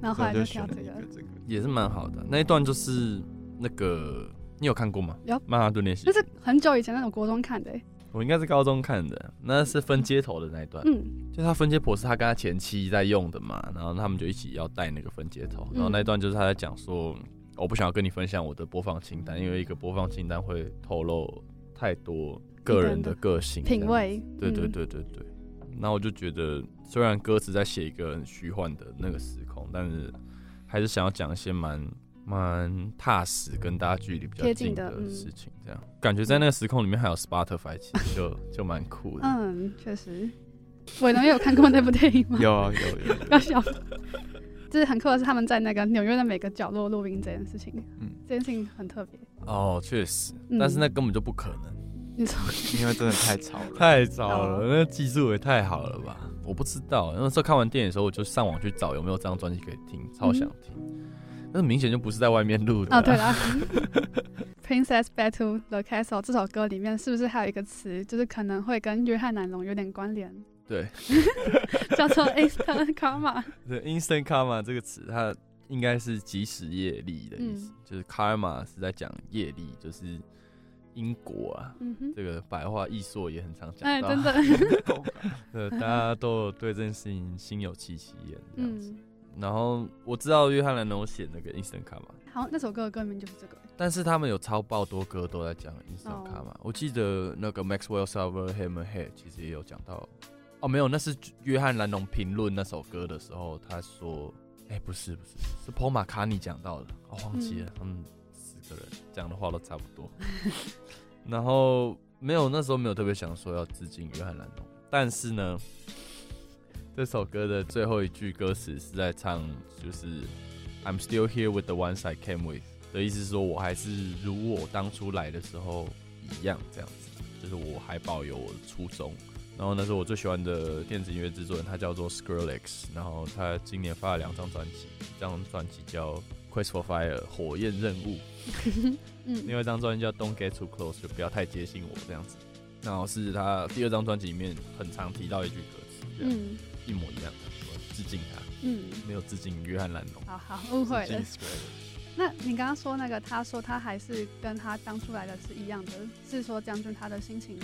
Speaker 2: 然后后
Speaker 8: 所以
Speaker 2: 来
Speaker 8: 啊就
Speaker 2: 就挑
Speaker 8: 选了
Speaker 2: 这
Speaker 8: 一
Speaker 2: 个
Speaker 8: 个，这个。
Speaker 7: 也是蛮好的。那一段就是那个，你有看过吗？
Speaker 2: 有
Speaker 7: 曼哈顿练习
Speaker 2: 那。是很久以前那种国中看的欸、
Speaker 7: 我应该是高中看的，那是分街头的那一段，
Speaker 2: 嗯
Speaker 7: 就他分街婆是他跟他前妻在用的嘛，然后他们就一起要带那个分街头，
Speaker 2: 嗯
Speaker 7: 然后那一段就是他在讲说，哦我不想要跟你分享我的播放清单，因为一个播放清单会透露太多个人的个性
Speaker 2: 品，味，
Speaker 7: 这样对对
Speaker 2: 嗯，
Speaker 7: 对对对。那我就觉得，虽然歌词在写一个很虚幻的那个时空，但是还是想要讲一些蛮蛮踏实，跟大家距离比较
Speaker 2: 贴
Speaker 7: 近
Speaker 2: 近的
Speaker 7: 的
Speaker 2: 嗯
Speaker 7: 事情。这样感觉在那个时空里面还有 Spotify，其实就就蛮酷的。
Speaker 2: 嗯，确实。伟龙也有看过那部电影吗？
Speaker 8: 有啊有有
Speaker 2: [LAUGHS]
Speaker 8: 有，
Speaker 2: 要笑。就是很酷的是，他们在那个纽约的每个角落录音这件事情，
Speaker 8: 嗯
Speaker 2: 这件事情很特别。
Speaker 7: 哦，确实
Speaker 2: 嗯，
Speaker 7: 但是那根本就不可能，
Speaker 2: 你说，
Speaker 8: 因为真的太
Speaker 7: [LAUGHS]
Speaker 8: 吵了。
Speaker 7: 太早
Speaker 2: 哦
Speaker 7: 了，那技术也太好了吧？我不知道，那时候看完电影的时候，我就上网去找有没有这张专辑可以听，超想听。但是明显就不是在外面录的、
Speaker 2: 嗯哦，对啦，《Princess Back to the Castle》这首歌里面是不是还有一个词，就是可能会跟约翰·南龙有点关联，
Speaker 7: 对
Speaker 2: [LAUGHS] 叫做 “instant karma”。
Speaker 7: [LAUGHS] 对，instant karma 这个词，它应该是即时业力的意思，
Speaker 2: 嗯
Speaker 7: 就是 karma 是在讲业力，就是因果啊。
Speaker 2: 嗯哼，
Speaker 7: 这个白话易硕也很常讲
Speaker 2: 哎，
Speaker 7: 到，
Speaker 2: 真的，
Speaker 7: [LAUGHS] 对，大家都有对这件事情心有戚戚焉这样子。
Speaker 2: 嗯，
Speaker 7: 然后我知道约翰·兰农写那个 instant karma，
Speaker 2: 好，那首歌的歌名就是这个。
Speaker 7: 但是他们有超爆多歌都在讲 instant
Speaker 2: 哦
Speaker 7: karma。我记得那个 Maxwell Silver Hammerhead 其实也有讲到，哦，没有，那是约翰·兰农评论那首歌的时候，他说，哎、不是不是，是 Paul McCartney 讲到的，我、忘记了，他们四个人讲的话都差不多。 [LAUGHS] 然后没有，那时候没有特别想说要致敬约翰·兰农，但是呢。这首歌的最后一句歌词是在唱，就是 "I'm still here with the ones I came with" 的意思是说，我还是如我当初来的时候一样，这样子，就是我还保有我的初衷。然后那是我最喜欢的电子音乐制作人，他叫做 Skrillex，然后他今年发了两张专辑，一张专辑叫《Quest for Fire》火焰任务，
Speaker 2: 嗯
Speaker 7: 另外一张专辑叫《Don't Get Too Close》，就不要太接近我这样子。然后是他第二张专辑里面很常提到一句歌词，这样、
Speaker 2: 嗯
Speaker 7: 一模一样的，我致敬他。啊
Speaker 2: 嗯，
Speaker 7: 没有致敬约翰·兰农。
Speaker 2: 好好，误会了。那你刚刚说那个，他说他还是跟他当初来的是一样的，是说将军他的心情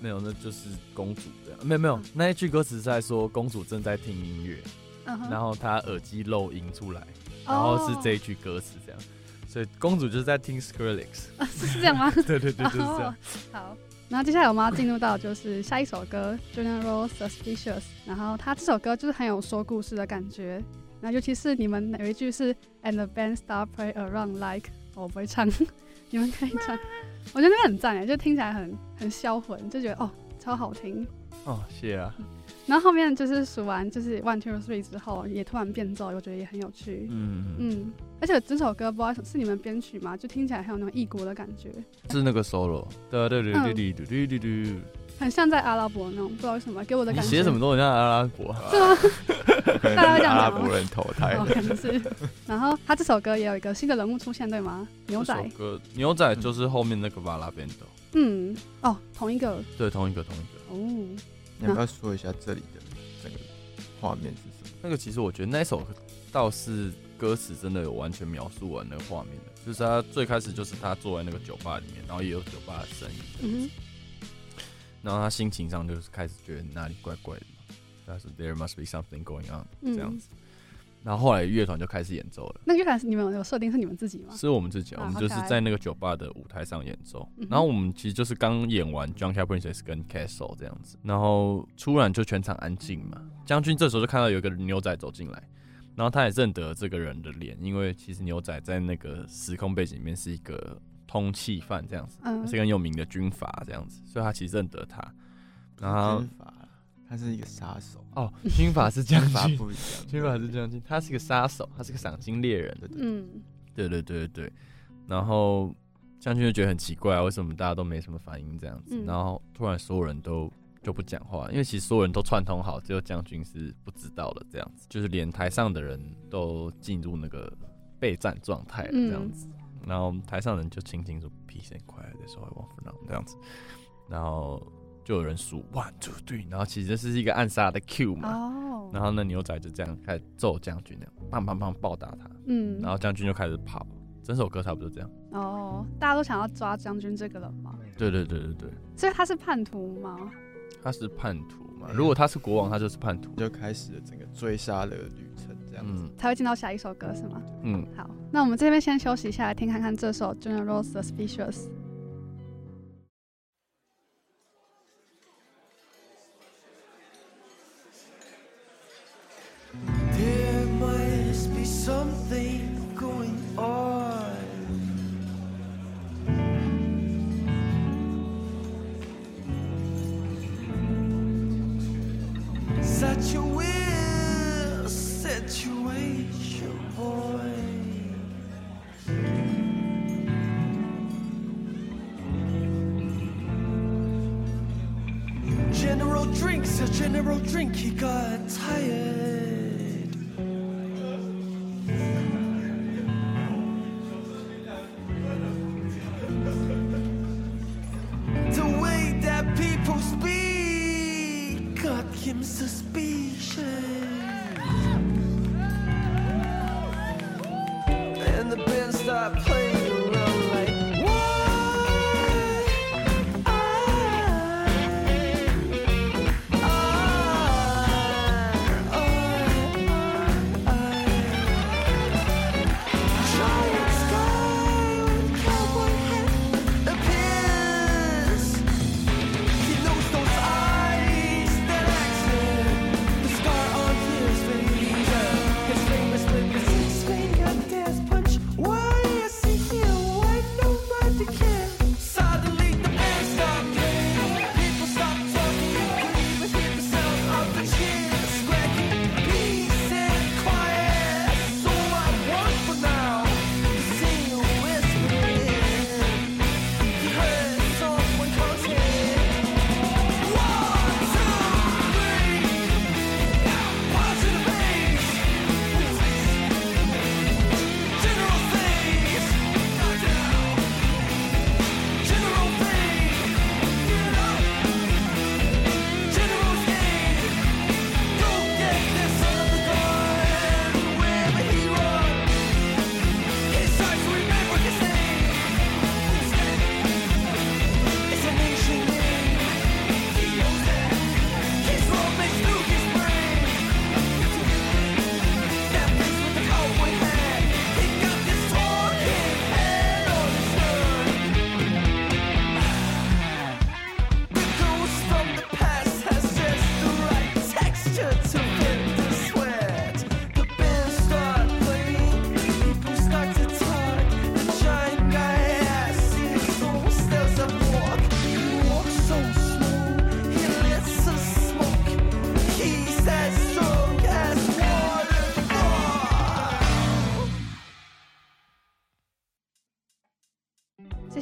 Speaker 7: 没有，那就是公主这样。没有没有，那一句歌词是在说公主正在听音乐，
Speaker 2: 嗯哼，哦
Speaker 7: 然后她耳机漏音出来，然后是这一句歌词这样。所以公主就是在听 Skrillex， [LAUGHS]
Speaker 2: 哦、是是这样吗？ [LAUGHS]
Speaker 7: 对对对，就是这样。
Speaker 2: 哦好，然后接下来我们要进入到就是下一首歌《General Suspicious》，然后它这首歌就是很有说故事的感觉，那尤其是你们有一句是 “And the band start play around like”，、哦我不会唱， [LAUGHS] 你们可以唱，我觉得那个很赞哎，就听起来很很销魂，就觉得哦超好听。
Speaker 7: 哦，谢啊，
Speaker 2: 然后后面就是数完就是 one two three 之后，也突然变奏，我觉得也很有趣。
Speaker 7: 嗯嗯，
Speaker 2: 嗯，而且这首歌不知道是你们编曲吗？就听起来很有那种异国的感觉，
Speaker 7: 是那个 solo，对啊对
Speaker 2: 嗯
Speaker 7: 对对对对对对。
Speaker 2: 很像在阿拉伯那种，不知道为什么给我的
Speaker 7: 你
Speaker 2: 感觉。[LAUGHS]
Speaker 7: 写什么？都很像阿拉伯，
Speaker 2: 对啊，
Speaker 7: [LAUGHS]
Speaker 8: 可能
Speaker 2: 大家这
Speaker 8: 是
Speaker 2: 样
Speaker 8: 阿拉
Speaker 2: 讲吗
Speaker 8: 伯
Speaker 2: [LAUGHS]
Speaker 8: 人投
Speaker 7: 哎
Speaker 8: 胎
Speaker 2: 哦，
Speaker 8: 的。
Speaker 2: 可能是。然后他这首歌也有一个新的人物出现，对吗？牛
Speaker 7: 这
Speaker 2: 仔
Speaker 7: 首，歌牛仔就是后面那个巴拉变斗，
Speaker 2: 嗯，哦，同一个，
Speaker 7: 对，同一个同一个。
Speaker 2: 哦，
Speaker 8: 你要不要说一下这里的整个画面是什么？
Speaker 7: 那个其实我觉得那一首倒是歌词真的有完全描述完那个画面的，就是他最开始就是他坐在那个酒吧里面，然后也有酒吧的声音，
Speaker 2: 嗯
Speaker 7: 然后他心情上就是开始觉得哪里怪怪的嘛，但是 there must be something going on
Speaker 2: 哼，
Speaker 7: 这样
Speaker 2: 嗯
Speaker 7: 子。然后后来乐团就开始演奏了。
Speaker 2: 那个乐团是你们有设定是你们自己吗？
Speaker 7: 是我们自己，
Speaker 2: 啊
Speaker 7: 我们就是
Speaker 2: 好可爱
Speaker 7: 在那个酒吧的舞台上演奏
Speaker 2: 嗯哼。
Speaker 7: 然后我们其实就是刚演完《John c a p r i n c e s 跟《Castle》这样子，然后突然就全场安静嘛。将军这时候就看到有一个牛仔走进来，然后他也认得这个人的脸，因为其实牛仔在那个时空背景里面是一个通缉犯这样子，
Speaker 2: 嗯
Speaker 7: 是一个很有名的军阀这样子，所以他其实认得他。然后
Speaker 8: 军阀啦，他是一个杀手，
Speaker 7: 哦，军阀是 [LAUGHS] 将
Speaker 8: 军
Speaker 7: [LAUGHS]
Speaker 8: 阀
Speaker 7: 军，
Speaker 8: 不一样。
Speaker 7: 军阀是将军，他是个杀手，他是个赏金猎人。
Speaker 8: 对对对，
Speaker 2: 嗯，
Speaker 7: 对对对对对，然后将军就觉得很奇怪，为什么大家都没什么反应这样子？
Speaker 2: 嗯
Speaker 7: 然后突然所有人都就不讲话，因为其实所有人都串通好，只有将军是不知道的这样子，就是连台上的人都进入那个备战状态了
Speaker 2: 嗯
Speaker 7: 这样子。然后台上人就轻轻说 “peace and quiet” 的时候，往弗朗这样子，然后就有人数 “one two three”，然后其实这是一个暗杀的 Q 嘛。
Speaker 2: 哦，
Speaker 7: 啊然后那牛仔就这样开始揍将军，那样棒棒棒暴打他，
Speaker 2: 嗯，
Speaker 7: 然后将军就开始跑，整首歌差不多这样。
Speaker 2: 哦，大家都想要抓将军这个人嘛，
Speaker 7: 对对对对对，
Speaker 2: 所以他是叛徒吗？
Speaker 7: 他是叛徒嘛？
Speaker 8: 嗯
Speaker 7: 如果他是国王，他就是叛徒。
Speaker 8: 就开始了整个追杀的旅程，这样子。
Speaker 7: 嗯
Speaker 2: 才会进到下一首歌是吗？
Speaker 7: 嗯，
Speaker 2: 好，那我们这边先休息一下，来听看看这首《General Suspicious》。
Speaker 3: There must be something going on. Such a weird situation, boy. General drinks a general drink, he got tired. The way that people speak got him suspicious. And the band started playing around like, why? I, I, I, I, I. Giant sky with cowboy hat appears. He knows those eyes that accent, the scar on his finger. His finger split his six finger dance punch. Why is he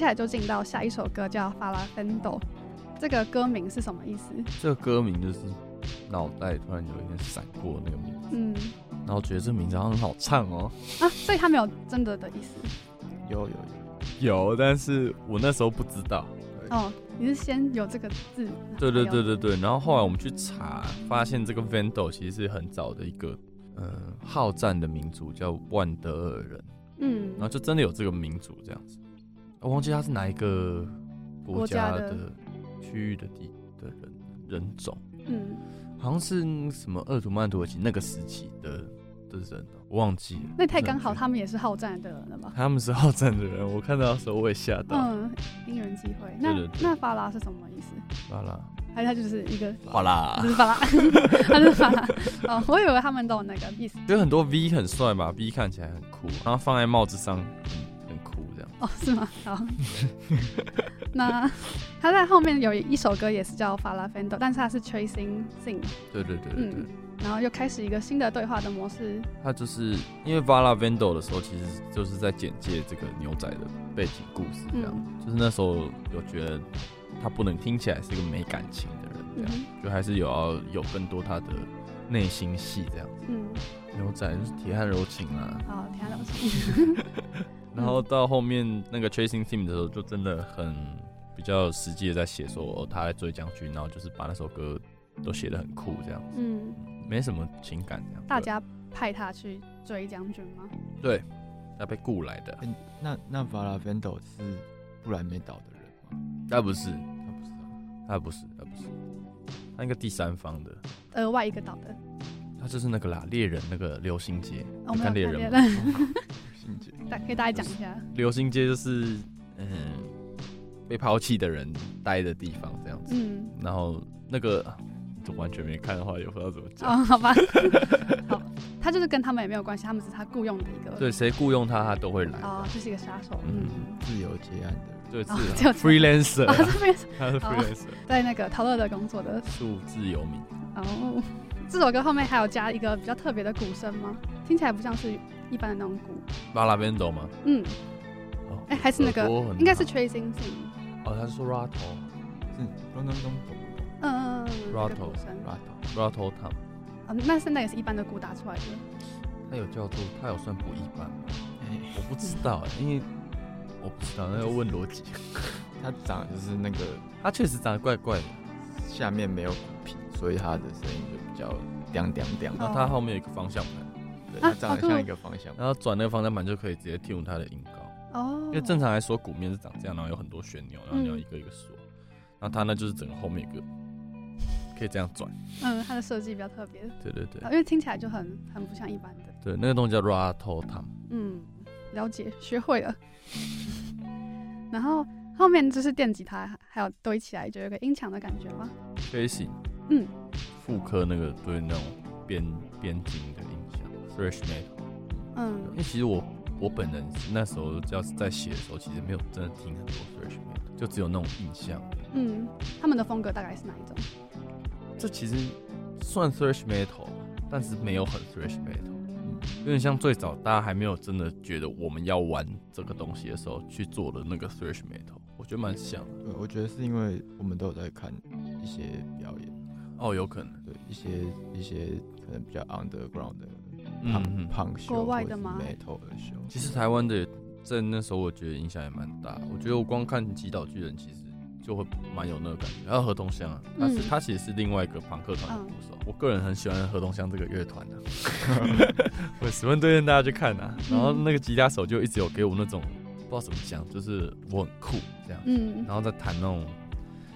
Speaker 2: 来就进到下一首歌，叫《法拉芬斗》。这个歌名是什么意思？
Speaker 7: 这个歌名就是脑袋突然有一天闪过那个名字，
Speaker 2: 嗯
Speaker 7: 然后觉得这名字好像很好唱哦。
Speaker 2: 啊，所以它没有真的的意思。
Speaker 7: 嗯
Speaker 8: 有有有，
Speaker 7: 有，但是我那时候不知道。
Speaker 2: 哦，你是先有这个字？
Speaker 7: 对对对
Speaker 2: 对，
Speaker 7: 对对，然后后来我们去查，发现这个 Vando 其实是很早的一个呃好战的民族，叫万德尔人，
Speaker 2: 嗯
Speaker 7: 然后就真的有这个民族这样子。我忘记他是哪一个国
Speaker 2: 国家
Speaker 7: 家
Speaker 2: 的
Speaker 7: 的区域的地的人人种，
Speaker 2: 嗯，
Speaker 7: 好像是那个什么鄂图曼土耳其那个时期的的人，哦我忘记了。
Speaker 2: 那也太刚好，
Speaker 7: 不是很确定
Speaker 2: 他们也是好战的人了吧？
Speaker 7: 他们是好战的人，我看到的时候我也吓到。
Speaker 2: 嗯，因人际会。那
Speaker 7: 啊对对对
Speaker 2: 那法拉是什么意思？
Speaker 7: 好啦，嗯
Speaker 2: 还是它就是一个，
Speaker 7: 好啦
Speaker 2: 只，是法 [LAUGHS] 拉，它是法拉。哦，我以为他们都有那个意思。
Speaker 7: 觉得很多 V 很帅吧，V 看起来很酷，然后放在帽子上，嗯，很酷这样。
Speaker 2: 哦，是吗？好。 [LAUGHS] 那他在后面有一首歌也是叫《法拉芬斗》，但是它是 Tracing Sing，
Speaker 7: 对对对对对，
Speaker 2: 嗯，然后又开始一个新的对话的模式。
Speaker 7: 他就是因为 Vala Vendo 的时候，其实就是在简介这个牛仔的背景故事这样，
Speaker 2: 嗯
Speaker 7: 就是那时候有觉得他不能听起来是一个没感情的人这
Speaker 2: 嗯
Speaker 7: 样，就还是有要有更多他的内心戏这样。
Speaker 2: 嗯，
Speaker 7: 牛仔就是铁汉柔情啊，
Speaker 2: 好，听到了。嗯
Speaker 7: 然后到后面那个 Chasing Team 的时候，就真的很比较实际的在写说、哦、他在追将军，然后就是把那首歌都写的很酷这样，
Speaker 2: [LAUGHS] 嗯，
Speaker 7: 没什么情感这样。
Speaker 2: 大家派他去追将军吗？
Speaker 7: 对，他被雇来的，
Speaker 8: 那那 v a l a v e n d o 是布莱梅岛的人吗？
Speaker 7: 他不是，
Speaker 8: 他不知道，
Speaker 7: 他不是，啊他不是，他一个第三方的，
Speaker 2: 额呃外一个岛的，
Speaker 7: 他就是那个啦，猎人那个流星街，
Speaker 2: 哦我们
Speaker 7: 你
Speaker 2: 有
Speaker 7: 看猎
Speaker 2: 看
Speaker 7: 人
Speaker 2: 猎
Speaker 7: 吗
Speaker 2: 人， [LAUGHS]
Speaker 8: 心姐，
Speaker 2: 大可以大家讲一下。
Speaker 7: [LAUGHS] 流星街就是嗯被抛弃的人待的地方这样子，
Speaker 2: 嗯，
Speaker 7: 然后那个就完全没看的话，也不知道怎么讲。
Speaker 2: 哦，好
Speaker 7: [LAUGHS]
Speaker 2: 吧，好，他就是跟他们也没有关系，他们只是他雇佣的一个，
Speaker 7: 对，谁雇佣他，他都会来。
Speaker 2: 哦，就是一个杀手，
Speaker 7: 嗯
Speaker 2: 嗯，
Speaker 8: 自由结案的
Speaker 7: 对，
Speaker 8: 人，
Speaker 7: 是啊
Speaker 2: 哦 [LAUGHS] 只有这
Speaker 7: freelancer，
Speaker 2: 啊，
Speaker 7: 啊
Speaker 2: 这边
Speaker 7: 他是
Speaker 2: 哦
Speaker 7: freelancer，
Speaker 2: [LAUGHS] 在那个陶乐的工作的，
Speaker 7: 数字游民。
Speaker 2: 哦，这首歌后面还有加一个比较特别的鼓声吗？听起来不像是一般的那种鼓，
Speaker 7: 巴拉边走吗？
Speaker 2: 嗯，
Speaker 7: 哦
Speaker 2: 哎还是那个
Speaker 7: 耳朵很
Speaker 2: 应该是
Speaker 7: 好
Speaker 2: tracing sing，
Speaker 7: 哦，他是说 rattle，rattle
Speaker 8: 是咚咚咚咚咚
Speaker 2: 嗯嗯嗯，那个鼓
Speaker 7: Rattle
Speaker 2: 声，
Speaker 8: 拉倒，
Speaker 7: 他
Speaker 2: 啊，那现在也是一般的鼓打出来的，
Speaker 7: 他有叫做他有算不一般吗？
Speaker 8: 哎
Speaker 7: 我不知
Speaker 2: [LAUGHS]
Speaker 7: 道，因为我不知道，那要问逻辑。
Speaker 8: 他长得就是那个
Speaker 7: 他确实长得怪怪的，
Speaker 2: 哦
Speaker 8: 下面没有骨皮，所以他的声音就比较亮亮亮。
Speaker 7: 然后他后面有一个方向盘，
Speaker 8: 对，
Speaker 2: 啊
Speaker 8: 他长得像一个方向。
Speaker 7: 然后转那个方向盘就可以直接 tune 他的音高。
Speaker 2: 哦，嗯
Speaker 7: 因为正常来说，鼓面是长这样，然后有很多旋钮，然后你要一个一个锁。然后他呢，就是整个后面有一个可以这样转。
Speaker 2: 嗯，它的设计比较特别，
Speaker 7: 对对对
Speaker 2: 啊因为听起来就很很不像一般的。
Speaker 7: 对，那个东西叫 rattle tom。
Speaker 2: 嗯，了解，学会了。 [LAUGHS] 然后后面就是电吉他，还有堆起来就有个音墙的感觉吗？
Speaker 7: 飞行，
Speaker 2: 嗯，
Speaker 7: 妇科那个对那种边边境的影响，thrash metal。因
Speaker 2: 嗯
Speaker 7: 为其实我我本人那时候要是在写的时候，其实没有真的听很多 thrash metal，就只有那种印象。
Speaker 2: 嗯，他们的风格大概是哪一种？
Speaker 7: 这其实算 thrash metal，但是没有很 thrash metal，、有点像最早大家还没有真的觉得我们要玩这个东西的时候去做的那个 thrash metal，我觉得蛮像的。
Speaker 8: 对，我觉得是因为我们都有在看一些表演，
Speaker 7: 哦，有可能，
Speaker 8: 对一些一些可能比较 underground 的
Speaker 7: 嗯
Speaker 8: 胖
Speaker 7: 嗯。
Speaker 8: 胖秀
Speaker 2: 国外
Speaker 8: 或
Speaker 2: 的
Speaker 8: 是
Speaker 2: 吗
Speaker 8: ？metal 的秀，
Speaker 7: 其实台湾的也在那时候，我觉得影响也蛮大。我觉得我光看《击倒巨人》，其实就会蛮有那个感觉。还有河东香啊，他是、
Speaker 2: 嗯
Speaker 7: 他其实是另外一个朋克团的鼓手。我个人很喜欢河东香这个乐团的、 [LAUGHS] 我十分推荐大家去看啊。然后那个吉他手就一直有给我那种不知道怎么讲，就是我很酷这样，
Speaker 2: 嗯
Speaker 7: 然后再弹那种，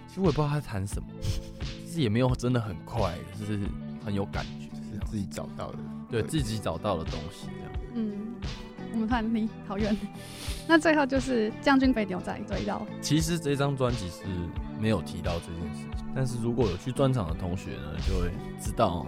Speaker 7: 其实我也不知道他在弹什么，其实也没有真的很快，就是很有感觉，
Speaker 8: 是
Speaker 7: 这样
Speaker 8: 自己找到的，
Speaker 7: 对自己找到的东西这样。
Speaker 2: 嗯，我们突然离好远。那最后就是将军被牛仔追到，
Speaker 7: 其实这张专辑是没有提到这件事情，但是如果有去专场的同学呢，就会知 [LAUGHS] 道哦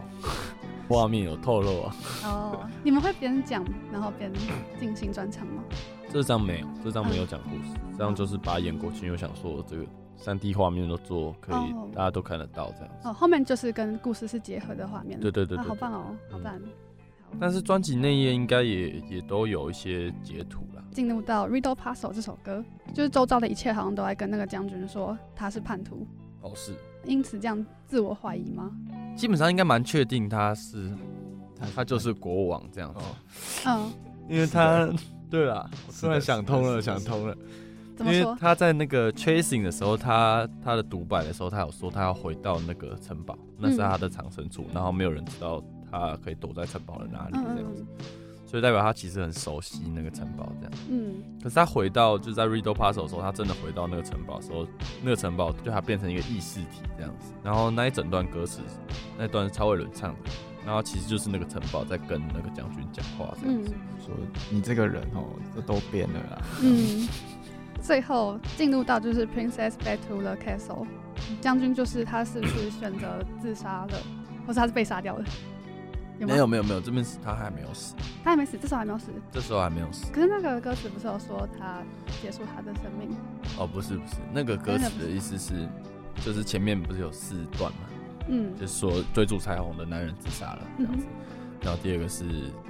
Speaker 7: 画面有透露啊。
Speaker 2: 哦，你们会边讲然后边进行专场吗？
Speaker 7: 这张没有，这张没有讲故事，这张就是把它演过去，因为想说这个三 D 画面都做可以
Speaker 2: 哦，
Speaker 7: 大家都看得到这样子。
Speaker 2: 哦，后面就是跟故事是结合的画面了。
Speaker 7: 对对对嗯
Speaker 2: 啊，
Speaker 7: 对
Speaker 2: 好棒哦，好棒。
Speaker 7: 但是专辑内页应该也也都有一些截图啦。
Speaker 2: 进入到《Riddle Puzzle》这首歌，就是周遭的一切好像都在跟那个将军说他是叛徒，
Speaker 7: 哦，是，
Speaker 2: 因此这样自我怀疑吗？
Speaker 7: 基本上应该蛮确定他是他就是国王这样子，
Speaker 2: 嗯，
Speaker 7: 哦因为他 [LAUGHS] 对啦，我突然
Speaker 8: 是的
Speaker 7: 想通了，
Speaker 8: 是的
Speaker 7: 想
Speaker 8: 是的
Speaker 7: 通了，
Speaker 2: 怎
Speaker 7: 因
Speaker 2: 么
Speaker 7: 为
Speaker 2: 说？
Speaker 7: 他在那个 tracing 的时候，他他的独白的时候，他有说他要回到那个城堡，那
Speaker 2: 嗯
Speaker 7: 是他的藏身处，然后没有人知道他可以躲在城堡的哪里
Speaker 2: 嗯
Speaker 7: 这样子，
Speaker 2: 嗯
Speaker 7: 所以代表他其实很熟悉那个城堡这样。
Speaker 2: 嗯
Speaker 7: 可是他回到就是在 Riddle Puzzle 的时候，他真的回到那个城堡的时候，那个城堡就它变成一个意识体这样子。然后那一整段歌词，那段是曹伟伦唱的，然后其实就是那个城堡在跟那个将军讲话这样
Speaker 2: 嗯
Speaker 7: 子。
Speaker 8: 说你这个人哦，这都变了啦。
Speaker 2: 嗯。最后进入到就是 Princess Back to the Castle，将军就是他是不是选择自杀了，或是他是被杀掉的？有吗？
Speaker 7: 没有没有没有，这边是他还没有死，
Speaker 2: 他还没死，至少还没有死。
Speaker 7: 这时候还没有死。
Speaker 2: 可是那个歌词不是有说他结束他的生命？
Speaker 7: 哦，不是不是，那个歌词的意思是，就是前面不是有四段嘛，
Speaker 2: 嗯
Speaker 7: 就是说追逐彩虹的男人自杀了这样子。然后第二个是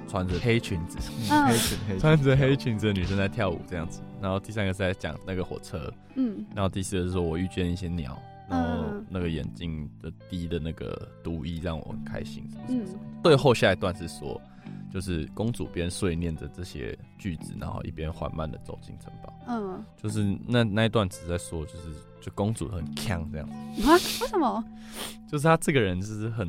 Speaker 7: 穿着黑裙子，
Speaker 2: 嗯
Speaker 8: 黑群黑
Speaker 7: [LAUGHS]
Speaker 8: 群，
Speaker 7: 穿着黑裙子的女生在跳舞这样子。然后第三个是在讲那个火车，
Speaker 2: 嗯
Speaker 7: 然后第四个是说我遇见一些鸟，然后
Speaker 2: 嗯
Speaker 7: 那个眼睛的滴的那个毒液让我很开心什么什么什么。
Speaker 2: 嗯
Speaker 7: 最后下一段是说，就是公主边碎念着这些句子，然后一边缓慢的走进城堡。
Speaker 2: 嗯，
Speaker 7: 就是那那一段只是在说，就是就公主很强这样子，
Speaker 2: 啊？为什么？
Speaker 7: 就是她这个人就是很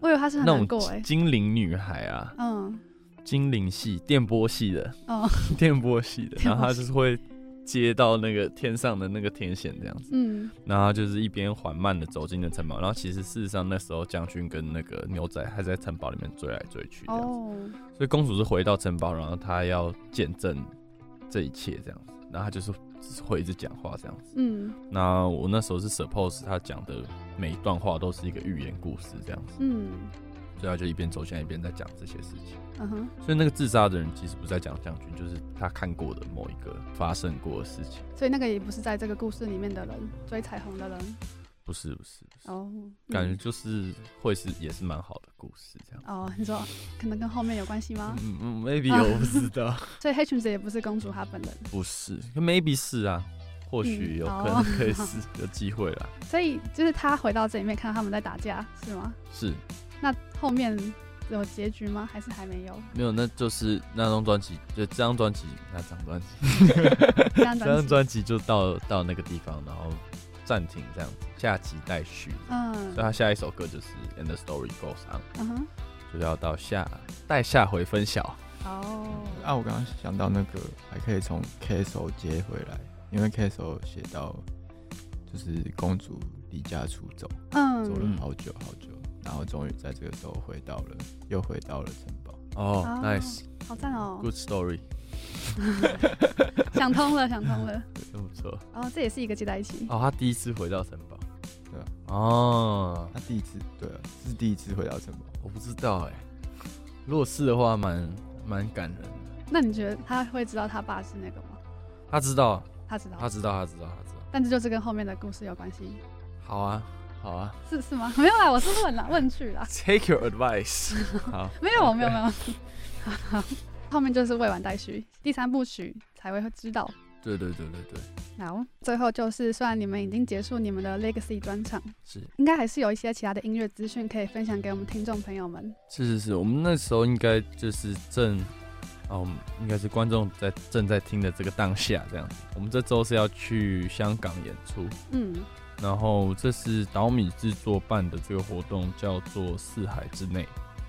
Speaker 2: 我以为他是很
Speaker 7: 那
Speaker 2: 难过哎、
Speaker 7: 种精灵女孩啊，
Speaker 2: 嗯
Speaker 7: 精灵系电波系的，
Speaker 2: 哦，
Speaker 7: [LAUGHS] 电波系的，
Speaker 2: 电波系
Speaker 7: 然后她就是会接到那个天上的那个天线这样子。
Speaker 2: 嗯
Speaker 7: 然后就是一边缓慢的走进了城堡，然后其实事实上那时候将军跟那个牛仔还在城堡里面追来追去这样子，
Speaker 2: 哦，
Speaker 7: 所以公主是回到城堡，然后她要见证这一切这样子，然后她就是只会一直讲话这样子。
Speaker 2: 嗯
Speaker 7: 那我那时候是 suppose 她讲的每一段话都是一个寓言故事这样子，
Speaker 2: 嗯
Speaker 7: 所以她就一边走向一边在讲这些事情。
Speaker 2: 嗯哼
Speaker 7: 所以那个自杀的人其实不是在讲将军，就是他看过的某一个发生过的事情，
Speaker 2: 所以那个也不是在这个故事里面的人，追彩虹的人
Speaker 7: 不是不是，不是
Speaker 2: 哦，
Speaker 7: 感觉就是会是也是蛮好的故事这样。
Speaker 2: 嗯哦，你说可能跟后面有关系吗？
Speaker 7: 嗯嗯，maybe
Speaker 2: 啊
Speaker 7: 我不
Speaker 2: [LAUGHS]
Speaker 7: 知道，
Speaker 2: 所以黑裙子也不是公主她本人，
Speaker 7: 不是，maybe 是啊，或许
Speaker 2: 嗯
Speaker 7: 有
Speaker 2: 好
Speaker 7: 可能可以是有机会啦。
Speaker 2: 所以就是她回到这里面看到他们在打架是吗？
Speaker 7: 是
Speaker 2: 那后面有结局吗？还是还没有？
Speaker 7: 没有，那就是那张专辑，就这张专辑，那张专辑，
Speaker 2: 这样
Speaker 7: 这
Speaker 8: [LAUGHS]
Speaker 2: 专
Speaker 7: 张
Speaker 2: 辑，
Speaker 7: 专辑就到到那个地方，然后暂停这样子，下集待续。所以
Speaker 8: 啊
Speaker 2: 嗯
Speaker 7: 他下一首歌就是 And the story goes on，
Speaker 2: 嗯哼，
Speaker 7: 就是要到下待下回分晓。
Speaker 2: 哦，
Speaker 8: 啊，我刚刚想到那个还可以从 Castle 接回来，因为 Castle 写到就是公主离家出走，走
Speaker 2: 嗯，
Speaker 8: 了好久好久，然后终于在这个时候回到了，又回到了城堡。
Speaker 7: 哦、
Speaker 2: 哦
Speaker 7: n i c e
Speaker 2: 好赞哦，
Speaker 7: good story，
Speaker 2: 想通了，想通了，
Speaker 7: 真不错。
Speaker 2: 哦，这也是一个接在一起，
Speaker 7: 哦，他第一次回到城堡。
Speaker 8: 对啊。
Speaker 7: 哦，
Speaker 8: 他第一次对啊，是第一次回到城堡，
Speaker 7: 我不知道哎、如果是的话，蛮蛮感人的。
Speaker 2: 那你觉得他会知道他爸是那个吗？
Speaker 7: 他知道，
Speaker 2: 他知道，
Speaker 7: 他知道，他知道，他知道。
Speaker 2: 但这就是跟后面的故事有关系，
Speaker 7: 好啊，好啊
Speaker 2: 是是吗？ [LAUGHS] 没有啦，我是问啦，问去啦，
Speaker 7: ，Take your advice 好。
Speaker 2: 没有，没有，没有。好后面就是未完待续，第三部曲才会知道。
Speaker 7: [LAUGHS] 对对对对对，
Speaker 2: 好，最后就是，虽然你们已经结束你们的 Legacy 专场，
Speaker 7: 是
Speaker 2: 应该还是有一些其他的音乐资讯可以分享给我们听众朋友们。
Speaker 7: 是是是，我们那时候应该就是正，啊，我们应该是观众在正在听的这个当下这样子。我们这周是要去香港演出，
Speaker 2: 嗯
Speaker 7: 然后这是岛米制作办的这个活动，叫做《四海之内》，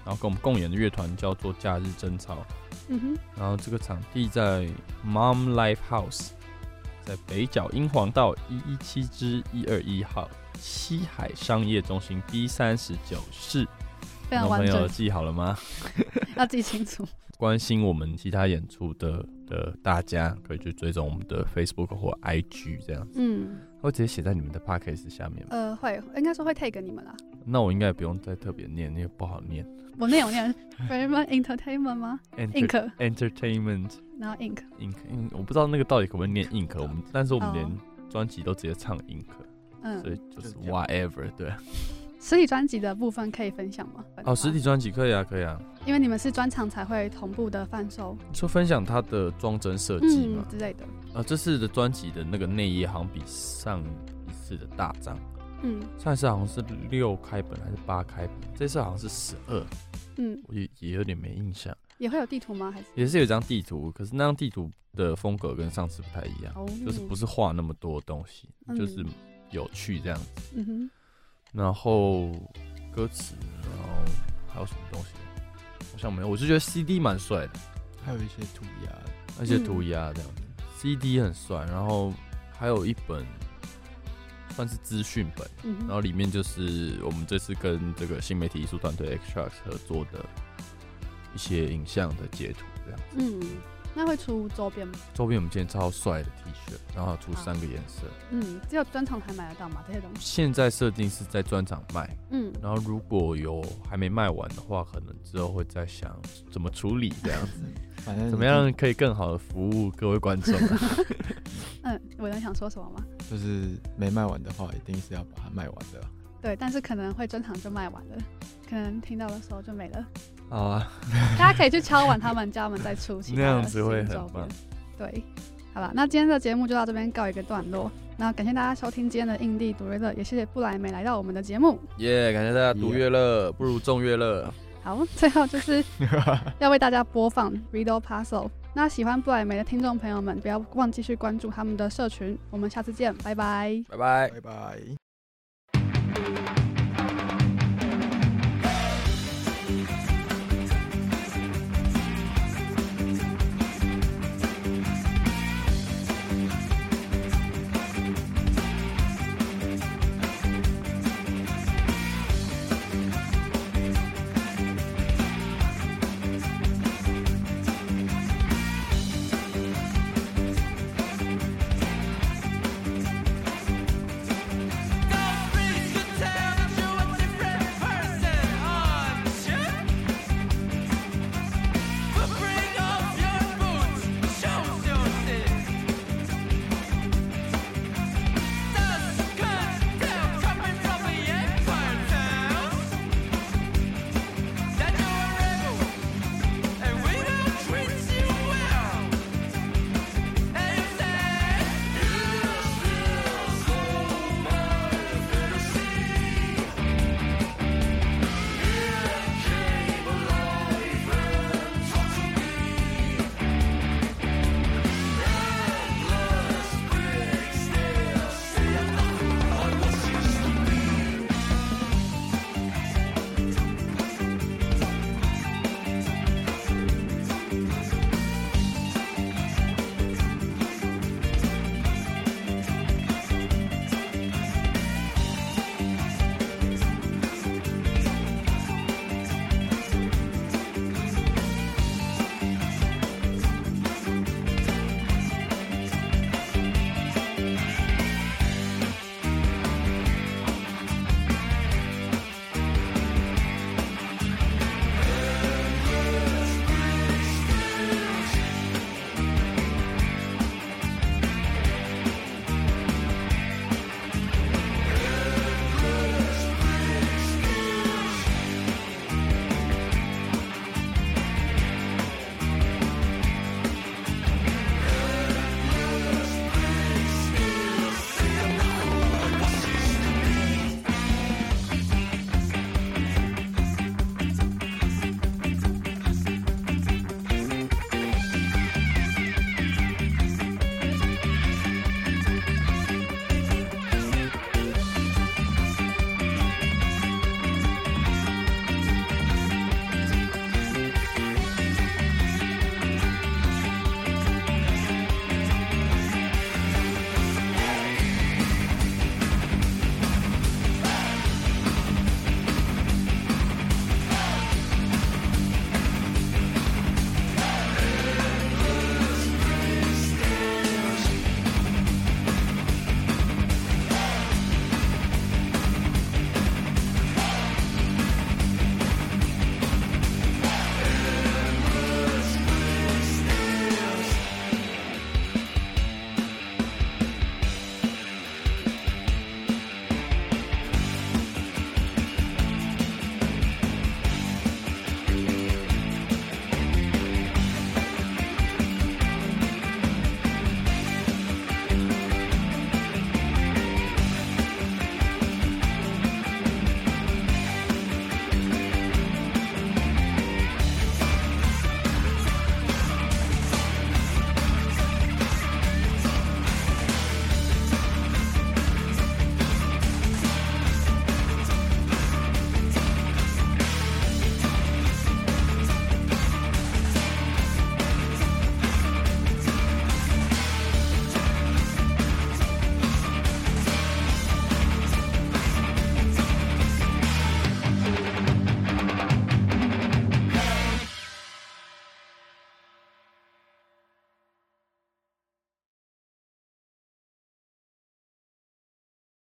Speaker 7: 然后跟我们共演的乐团叫做假日争吵。
Speaker 2: 嗯哼，
Speaker 7: 然后这个场地在 Mom Life House，在北角英皇道一一七之一二一号西海商业中心 B 三十九室。
Speaker 2: 非常
Speaker 7: 朋
Speaker 2: 完
Speaker 7: 友
Speaker 2: 整，
Speaker 7: 记好了吗？
Speaker 2: 要记清楚。
Speaker 7: 关心我们其他演出的的大家，可以去追踪我们的 Facebook 或 IG 这样，
Speaker 2: 嗯，
Speaker 7: 会直接写在你们的 Podcast 下面吗。
Speaker 2: 呃，会，应该说会 take 你们啦。
Speaker 7: 那我应该也不用再特别念，因为不好念。
Speaker 2: 我那有 [LAUGHS] 念 Very Much Entertainment 吗
Speaker 7: Enter
Speaker 2: ？Ink，
Speaker 7: Entertainment
Speaker 2: 然后 Ink，
Speaker 7: Inc，嗯我不知道那个到底可不可以念 Inc，我们但是我们
Speaker 2: 哦
Speaker 7: 连专辑都直接唱 Inc。所
Speaker 2: 嗯，
Speaker 7: 以就
Speaker 8: 就是是这样
Speaker 7: whatever，对，
Speaker 2: 实体专辑的部分可以分享吗？
Speaker 7: 哦，实体，专辑可以啊，可以啊。
Speaker 2: 因为你们是专场才会同步的贩售，
Speaker 7: 就分享它的装帧设计嘛
Speaker 2: 嗯。之类的，
Speaker 7: 呃，这次的专辑的那个内页好像比上一次的大张，
Speaker 2: 嗯
Speaker 7: 上一次好像是六开本还是八开本，这次好像是十二，
Speaker 2: 嗯，
Speaker 7: 我也也有点没印象。
Speaker 2: 也会有地图吗？还是
Speaker 7: 也是有一张地图，可是那张地图的风格跟上次不太一样，
Speaker 2: 哦，
Speaker 7: 就是不是画那么多东西，
Speaker 2: 嗯
Speaker 7: 就是有趣这样子。
Speaker 2: 嗯哼，
Speaker 7: 然后歌词，然后还有什么东西？好像没有，我就觉得 CD 蛮帅的，
Speaker 8: 还有一些涂鸦，
Speaker 7: 而且涂鸦这样子、c
Speaker 2: 嗯
Speaker 7: d 很帅。然后还有一本算是资讯本，
Speaker 2: 嗯
Speaker 7: 然
Speaker 2: 哼，
Speaker 7: 后里面就是我们这次跟这个新媒体艺术团队 Xtrax 合作的一些影像的截图这样。
Speaker 2: 嗯，那会出周边吗？
Speaker 7: 周边我们今天超帅的 T 恤，然后还有出三个颜色。
Speaker 2: 嗯，只有专场才买得到嘛，这些东西，
Speaker 7: 现在设定是在专场卖，
Speaker 2: 嗯，
Speaker 7: 然后如果有还没卖完的话，可能之后会再想怎么处理这样 [LAUGHS] 子，
Speaker 8: 反正
Speaker 7: 怎么样可以更好的服务各位观众啊、
Speaker 2: 嗯，我能想说什么吗？
Speaker 8: 就是没卖完的话，一定是要把它卖完的。啊
Speaker 2: 对，但是可能会专场就卖完了，可能听到的时候就没了。
Speaker 7: [LAUGHS]
Speaker 2: [LAUGHS]
Speaker 7: 好啊，
Speaker 2: 大家可以去敲完他们家门再出其他的
Speaker 7: 那样子会很
Speaker 2: 新周边
Speaker 7: 棒。
Speaker 2: 对，好了，那今天的节目就到这边告一个段落。那感谢大家收听今天的印地独乐乐，也谢谢布莱梅来到我们的节目。
Speaker 7: 耶、感谢大家读乐乐，不如众乐乐。
Speaker 2: 好，最后就是要为大家播放 Riddle Puzzle。那喜欢布莱梅的听众朋友们，不要忘记去关注他们的社群。我们下次见，拜拜。
Speaker 7: 拜拜。
Speaker 8: 拜拜。